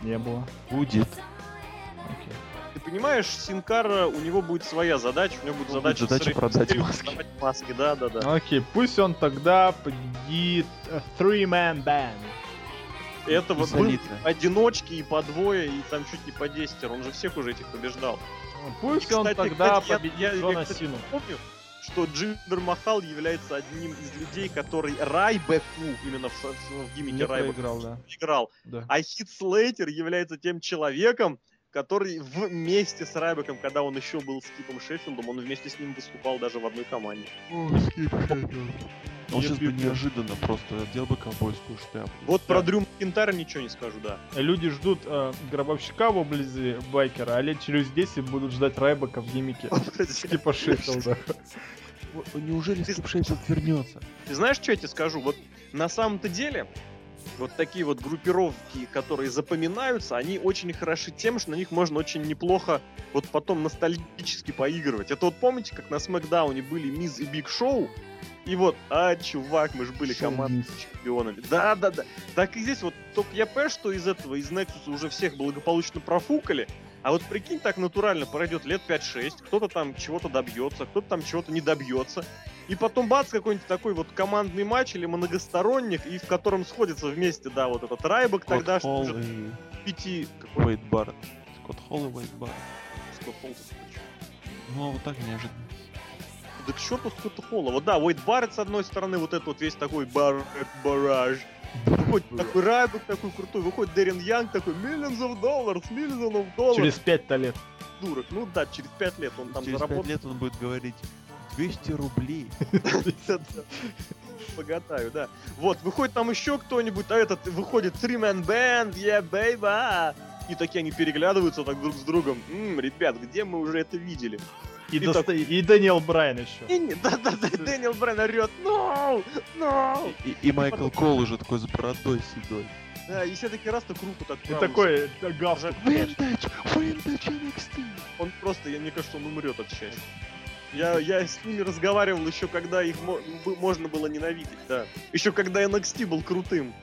S3: Не было.
S1: будет.
S3: Окей.
S2: Ты понимаешь, Синкара, у него будет своя задача, у него будет
S1: Ну,
S2: задача...
S1: будет задача
S2: срыть-
S1: продать
S2: срыть-
S1: маски.
S2: продать маски, да-да-да.
S3: Ну Окей, пусть он тогда победит э, Three Man Band.
S2: Это вот был
S1: солидно.
S2: одиночки и по двое, и там чуть не по 10. Он же всех уже этих побеждал.
S3: Пусть
S2: И,
S3: он
S2: кстати,
S3: тогда
S2: кстати, я-
S3: победит
S2: я- я,
S3: Джона
S2: кстати,
S3: Сину.
S2: Помню, что Джиндер Махал является одним из людей, который Райбеку, именно в, со- в гиммике
S3: Не
S2: Райбека,
S3: проиграл, да.
S2: играл.
S3: Да.
S2: А Хит Слейтер является тем человеком, который вместе с Райбеком, когда он еще был с Кипом Шеффилдом, он вместе с ним выступал даже в одной команде.
S1: Он сейчас бы
S3: Ебет.
S1: неожиданно просто одел бы ковбойскую шляпу.
S2: Вот
S3: Да.
S2: про Дрю Макинтайра ничего не скажу, да.
S3: Люди ждут э, гробовщика вблизи байкера, а лет через 10 будут ждать Райбека в гиммике. Типа Шеффилда.
S1: О, Неужели Скип Шейфилд вернется?
S2: Ты знаешь, что я тебе скажу? Вот на самом-то деле, вот такие вот группировки, которые запоминаются, они очень хороши тем, что на них можно очень неплохо вот потом ностальгически поигрывать. Это вот помните, как на Смакдауне были Миз и Биг Шоу? И вот, а, чувак, мы же были
S3: Шоу
S2: командными чемпионами. Да-да-да. Так и здесь вот только я понимаю, что из этого, из Nexus уже всех благополучно профукали, а вот прикинь, так натурально пройдет лет 5-6, кто-то там чего-то добьется, кто-то там чего-то не добьется. И потом бац, какой-нибудь такой вот командный матч или многосторонних, и в котором сходится вместе, да, вот этот Райбок
S1: Скотт
S2: тогда, что
S1: Холл
S2: уже
S1: и
S2: пяти... какой-
S1: Уэйд Барретт. Скотт Холл и Уэйд Барретт.
S2: такой холл.
S1: Ну, а вот так неожиданно.
S2: Да к черту сколько холла. Вот да, Уэйд Барретт с одной стороны, вот это вот весь такой бар бараж. Выходит такой Райбек такой крутой, выходит Дэрин Янг такой, millions of dollars, millions of dollars.
S3: Через пять-то лет.
S2: Дурак. Ну да, через пять лет он там
S1: Через пять
S2: заработал.
S1: лет он будет говорить 200 рублей.
S2: Да-да. Богатаю, да. Вот, выходит там еще кто-нибудь, а этот выходит Three Man Band, yeah, baby. И такие они переглядываются так друг с другом. «М, ребят, где мы уже это видели?
S3: И,
S2: И
S3: доста- и Дэниел Брайан еще.
S2: И не- Да-да-да, и Дэниел Брайан орет, no, no.
S1: И, и Майкл Кол уже такой с бородой седой.
S2: Да, и все таки раз так руку так
S3: И
S2: правую
S3: такой э, галстук.
S1: Винтаж! Винтаж NXT!
S2: Он просто, я, мне кажется, он умрет от счастья. Я, я с ними разговаривал еще когда их мо- бы- можно было ненавидеть, да. Еще когда NXT был крутым.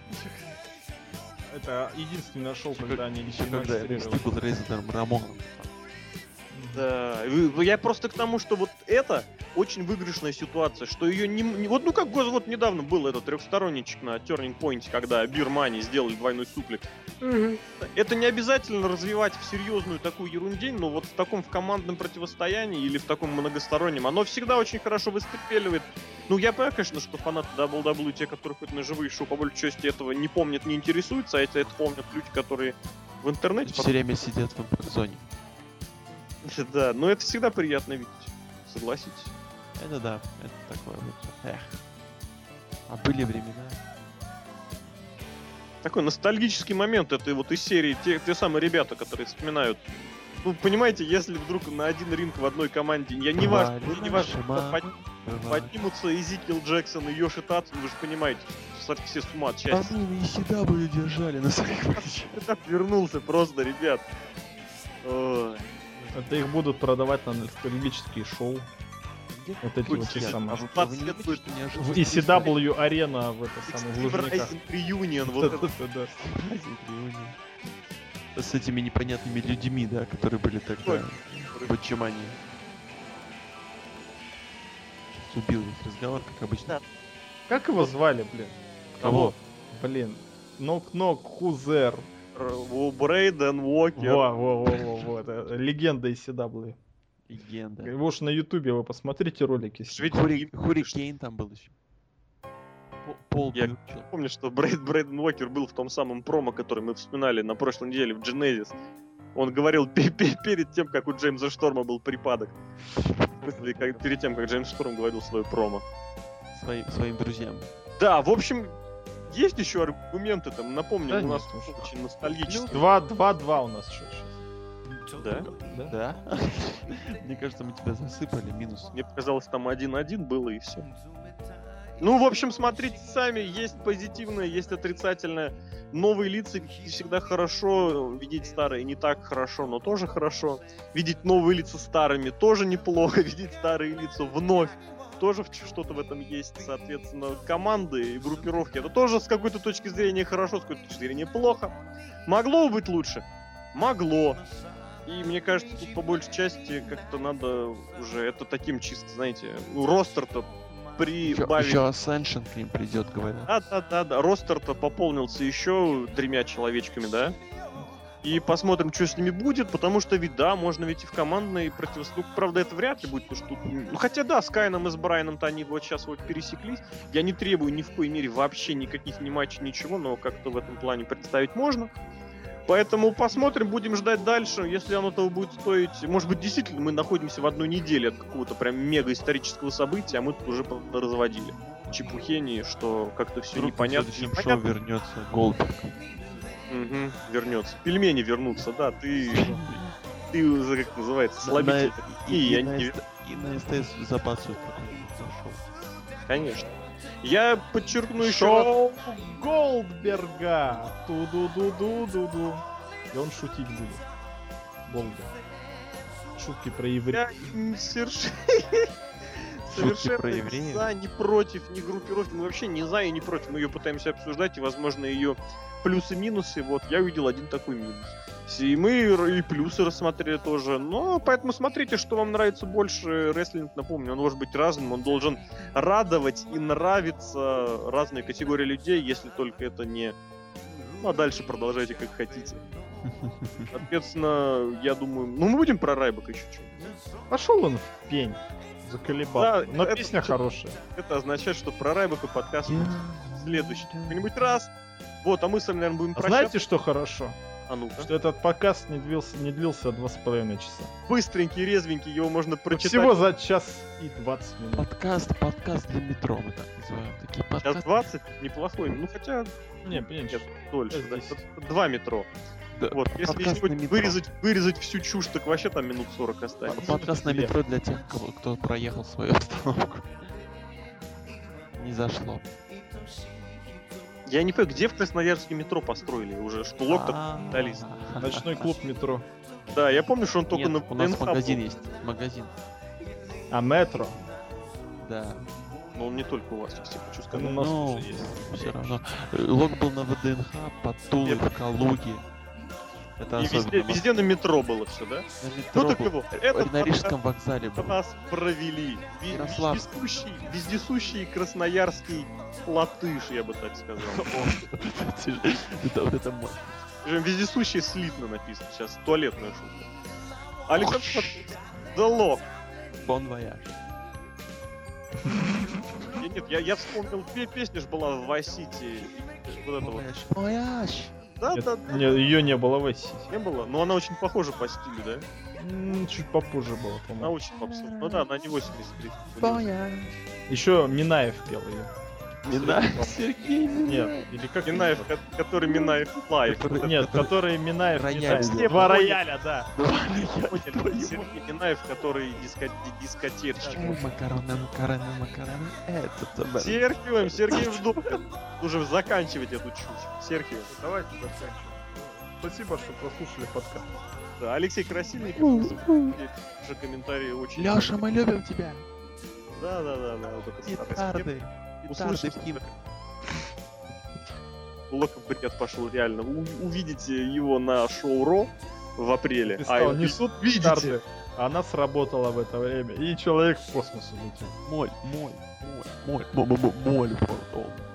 S3: Это единственное шоу, когда они
S1: Еще
S3: не
S1: когда NXT был Резидором Рамоном.
S2: Да. и- Я просто к тому, что вот это очень выигрышная ситуация, что ее не... м- не- вот ну как гос- вот недавно был этот трехсторонничек на Turning Point, когда Бирмани сделали двойной суплекс. Это не обязательно развивать в серьезную такую ерундень, но вот в таком в командном противостоянии или в таком многостороннем, оно всегда очень хорошо выстреливает. Ну, я понимаю, конечно, что фанаты WWE, те, которые хоть на живые шоу, по большей части этого не помнят, не интересуются, а это, это помнят люди, которые в интернете.
S1: Все время сидят в импортзоне.
S2: потом- Да, но это всегда приятно видеть, согласитесь.
S1: Это да, это такое вот. Эх. А были времена.
S2: такой ностальгический момент этой вот из серии те, те самые ребята, которые вспоминают. Ну, понимаете, если вдруг на один ринг в одной команде, я не важно,
S1: Бывали
S2: не важно,
S1: наши
S2: кто
S1: мамы,
S2: под-
S1: бывали.
S2: поднимутся Изикил Джексон и Йоши Татсу, вы же понимаете, что все с ума от счастья.
S1: Они меня и всегда были держали на своих плечах.
S2: Я так ну, вернулся просто, ребят. Ой.
S3: Это их будут продавать на ностальгические шоу. Вот эти вот те
S1: Я-
S3: самые.
S1: а вы-
S2: 20
S1: вы не
S2: лет
S1: думаете,
S2: будет
S1: что неожиданно
S3: В
S1: происходит?
S3: ECW арена в это самое в
S2: Extreme
S3: Лужниках.
S2: Rising Reunion, вот это.
S3: Да-да-да.
S1: Праздник Реуни. С этими непонятными людьми, да, которые были тогда
S2: Ой.
S1: в отчимании. Сейчас убил весь разговор, как обычно.
S2: Да.
S3: Как его звали, блин?
S1: Кого?
S3: Блин. Нок-нок Хузер.
S2: Р- Брейден Уокер.
S3: Во, во, во, во, во. Это легенда ECW.
S1: Легенда.
S3: Его ж на Ютубе вы посмотрите ролики. с
S2: Ж
S3: ним.
S2: ведь
S1: Хури- Хурикейн там был еще. П- Пол
S2: Я-
S1: Бьючел.
S2: помню, что Брейд, Брейден Уокер был в том самом промо, который мы вспоминали на прошлой неделе в Genesis. Он говорил пе- пе- перед тем, как у Джеймса Шторма был припадок. В смысле, как- перед тем, как Джеймс Шторм говорил свое промо.
S1: Свои- своим друзьям.
S2: Да, в общем, есть еще аргументы там, напомним,
S3: Да
S2: у
S3: нет,
S2: нас
S3: ну что.
S2: очень ностальгический.
S3: Два, два, два у нас что сейчас.
S2: Да.
S3: Да?
S1: Да? Мне кажется, мы тебя засыпали, минус.
S2: Мне показалось, там 1-1 было и все. Ну, в общем, смотрите сами, есть позитивное, есть отрицательное. Новые лица всегда хорошо, видеть старые не так хорошо, но тоже хорошо. Видеть новые лица старыми тоже неплохо, видеть старые лица вновь тоже в- что-то в этом есть, соответственно, команды и группировки. Это тоже с какой-то точки зрения хорошо, с какой-то точки зрения плохо. Могло быть лучше? Могло. И мне кажется, тут по большей части как-то надо уже это таким чисто, знаете, ну, ростер-то
S1: Еще,
S2: прибавить.
S1: еще Ascension к ним придет, говорят.
S2: Да, да, да, да. Ростер-то пополнился еще тремя человечками, да? И посмотрим, что с ними будет, потому что ведь, да, можно ведь и в командный противостояние. Правда, это вряд ли будет, потому что тут... Ну, хотя да, с Кайном и с Брайаном-то они вот сейчас вот пересеклись. Я не требую ни в коей мере вообще никаких ни матчей, ничего, но как-то в этом плане представить можно. Поэтому посмотрим, будем ждать дальше, если оно того будет стоить. Может быть, действительно, мы находимся в одной неделе от какого-то прям мега исторического события, а мы тут уже разводили. Чепухени, что как-то все
S1: Вдруг
S2: непонятно.
S1: В следующем
S2: непонятно.
S1: шоу вернется Голдберг.
S2: Мгм, вернется. Пельмени вернутся, да, ты... Ты, за- как называется,
S1: На-
S2: слабитель. И я
S1: на
S2: не
S1: СТ и на СТС запасывают какое-нибудь шоу.
S2: Конечно. Я подчеркну еще раз.
S3: Шоу Ну, Голдберга. Ту-ду-ду-ду-ду-ду. И он шутить будет. Голдберг. Шутки про евреев.
S2: Я м, соверш-
S1: про
S2: Совершенно не
S1: евреев?
S2: за, не против, не группировки. Мы вообще не за и не против. Мы ее пытаемся обсуждать, и, возможно, ее плюсы-минусы. Вот, я увидел один такой минус. Все, И мы р- и плюсы рассмотрели тоже. Но поэтому смотрите, что вам нравится больше. Рестлинг, напомню, он может быть разным. Он должен радовать и нравиться разные категории людей, если только это не... Ну, а дальше продолжайте как хотите. Соответственно, я думаю, ну мы будем про Райбок еще чуть.
S3: Пошел он в пень. Заколебал.
S2: Да,
S3: Но
S2: это-
S3: песня хорошая.
S2: Это означает, что про Райбока подкаст будет в следующий какой-нибудь раз. Вот, а мы с вами, наверное, будем
S3: А
S2: прощаться.
S3: знаете, что хорошо?
S2: А ну-ка.
S3: Что этот подкаст не длился, не длился два с половиной часа.
S2: Быстренький, резвенький, его можно
S1: Ну,
S2: прочитать.
S3: Всего за час и 20 минут.
S1: Подкаст, подкаст для метро, мы так называем. Такие
S2: Сейчас
S1: подкасты.
S2: 20, неплохой. Ну, хотя
S3: Не, блин,
S2: нет, дольше. да.
S3: Здесь.
S2: Два метро.
S1: Да,
S2: Вот, если
S1: подкаст на
S2: из-нибудь
S1: метро.
S2: вырезать, вырезать всю чушь, так вообще там минут 40
S1: П-
S2: останется.
S1: Подкаст на
S3: Лев.
S1: метро для тех, кого- кто проехал свою остановку. Не зашло.
S2: Я не понимаю, где в Красноярске метро построили уже? Что лок там? капиталист.
S1: А-а-а.
S3: Ночной клуб метро.
S2: Да, я помню, что он только
S1: А. Нет,
S2: на
S1: у нас
S2: ВДНХ был,
S1: магазин есть. Магазин,
S3: А метро?
S1: да.
S2: Но он не только у вас, я тебе хочу
S3: У
S2: сказать.
S3: нас
S1: ну,
S3: тоже есть.
S1: Все равно. Э, Лог был на ВДНХ, под Тулой, в Калуге. Это
S2: И
S1: особенно.
S2: везде, везде на метро было все, да?
S1: На метро
S2: Ну так
S1: был.
S2: его, этот
S1: на
S2: подкаст
S1: Рижском вокзале был.
S2: нас провели. Ви-
S1: Ярослав.
S2: Вездесущий, вездесущий красноярский латыш, я бы так сказал.
S1: Это вот это мощь.
S2: Причем Вездесущий слитно написано сейчас, туалетная шутка. Александр Дало.
S1: Бон вояж.
S2: Я- Нет, я, я вспомнил, пе- песня же была в Вайсити. Вот это вот.
S1: Вояж.
S2: Да,
S3: Нет,
S2: да, да.
S3: не- ее не было в Вайсе.
S2: Не было, но она очень похожа по стилю, да?
S3: М, Чуть попозже было,
S2: Она
S3: по-моему.
S2: очень попсовая. Ну да, она не 83.
S1: Вояж.
S3: Еще Минаев пел ее.
S1: Не знаю, Сергей
S3: Нет, или как? ее
S2: Минаев,
S3: зовут?
S2: ко- который Минаев лайф.
S1: Который-
S3: Нет, который Минаев.
S1: Рояль.
S3: Минаев.
S1: Все
S3: Два
S2: поняли.
S3: рояля, да.
S2: Поняли, Сергей Минаев, который диско- ди- дискотерщик.
S1: Макароны, макароны, макароны. Это тебе.
S2: Сергеем, Сергей Вдовкин. Уже заканчивать эту чушь. Сергей.
S3: Давайте заканчиваем. Спасибо, что прослушали подкаст.
S2: Да, Алексей Красильников. не забудьте, Уже комментарии очень...
S1: Леша, мы любим тебя.
S2: Да, да, да, да. вот это старое.
S1: Петарды. Петарды
S2: Услышал.
S1: в кино.
S2: Локом привет пошел реально. У- увидите его на шоу Ро в апреле.
S3: Ты
S2: а,
S3: сказал,
S2: и-
S3: несут петарды. А Она сработала в это время. И человек в космос улетел.
S1: Моль, моль, моль, моль, моль, моль, моль, моль.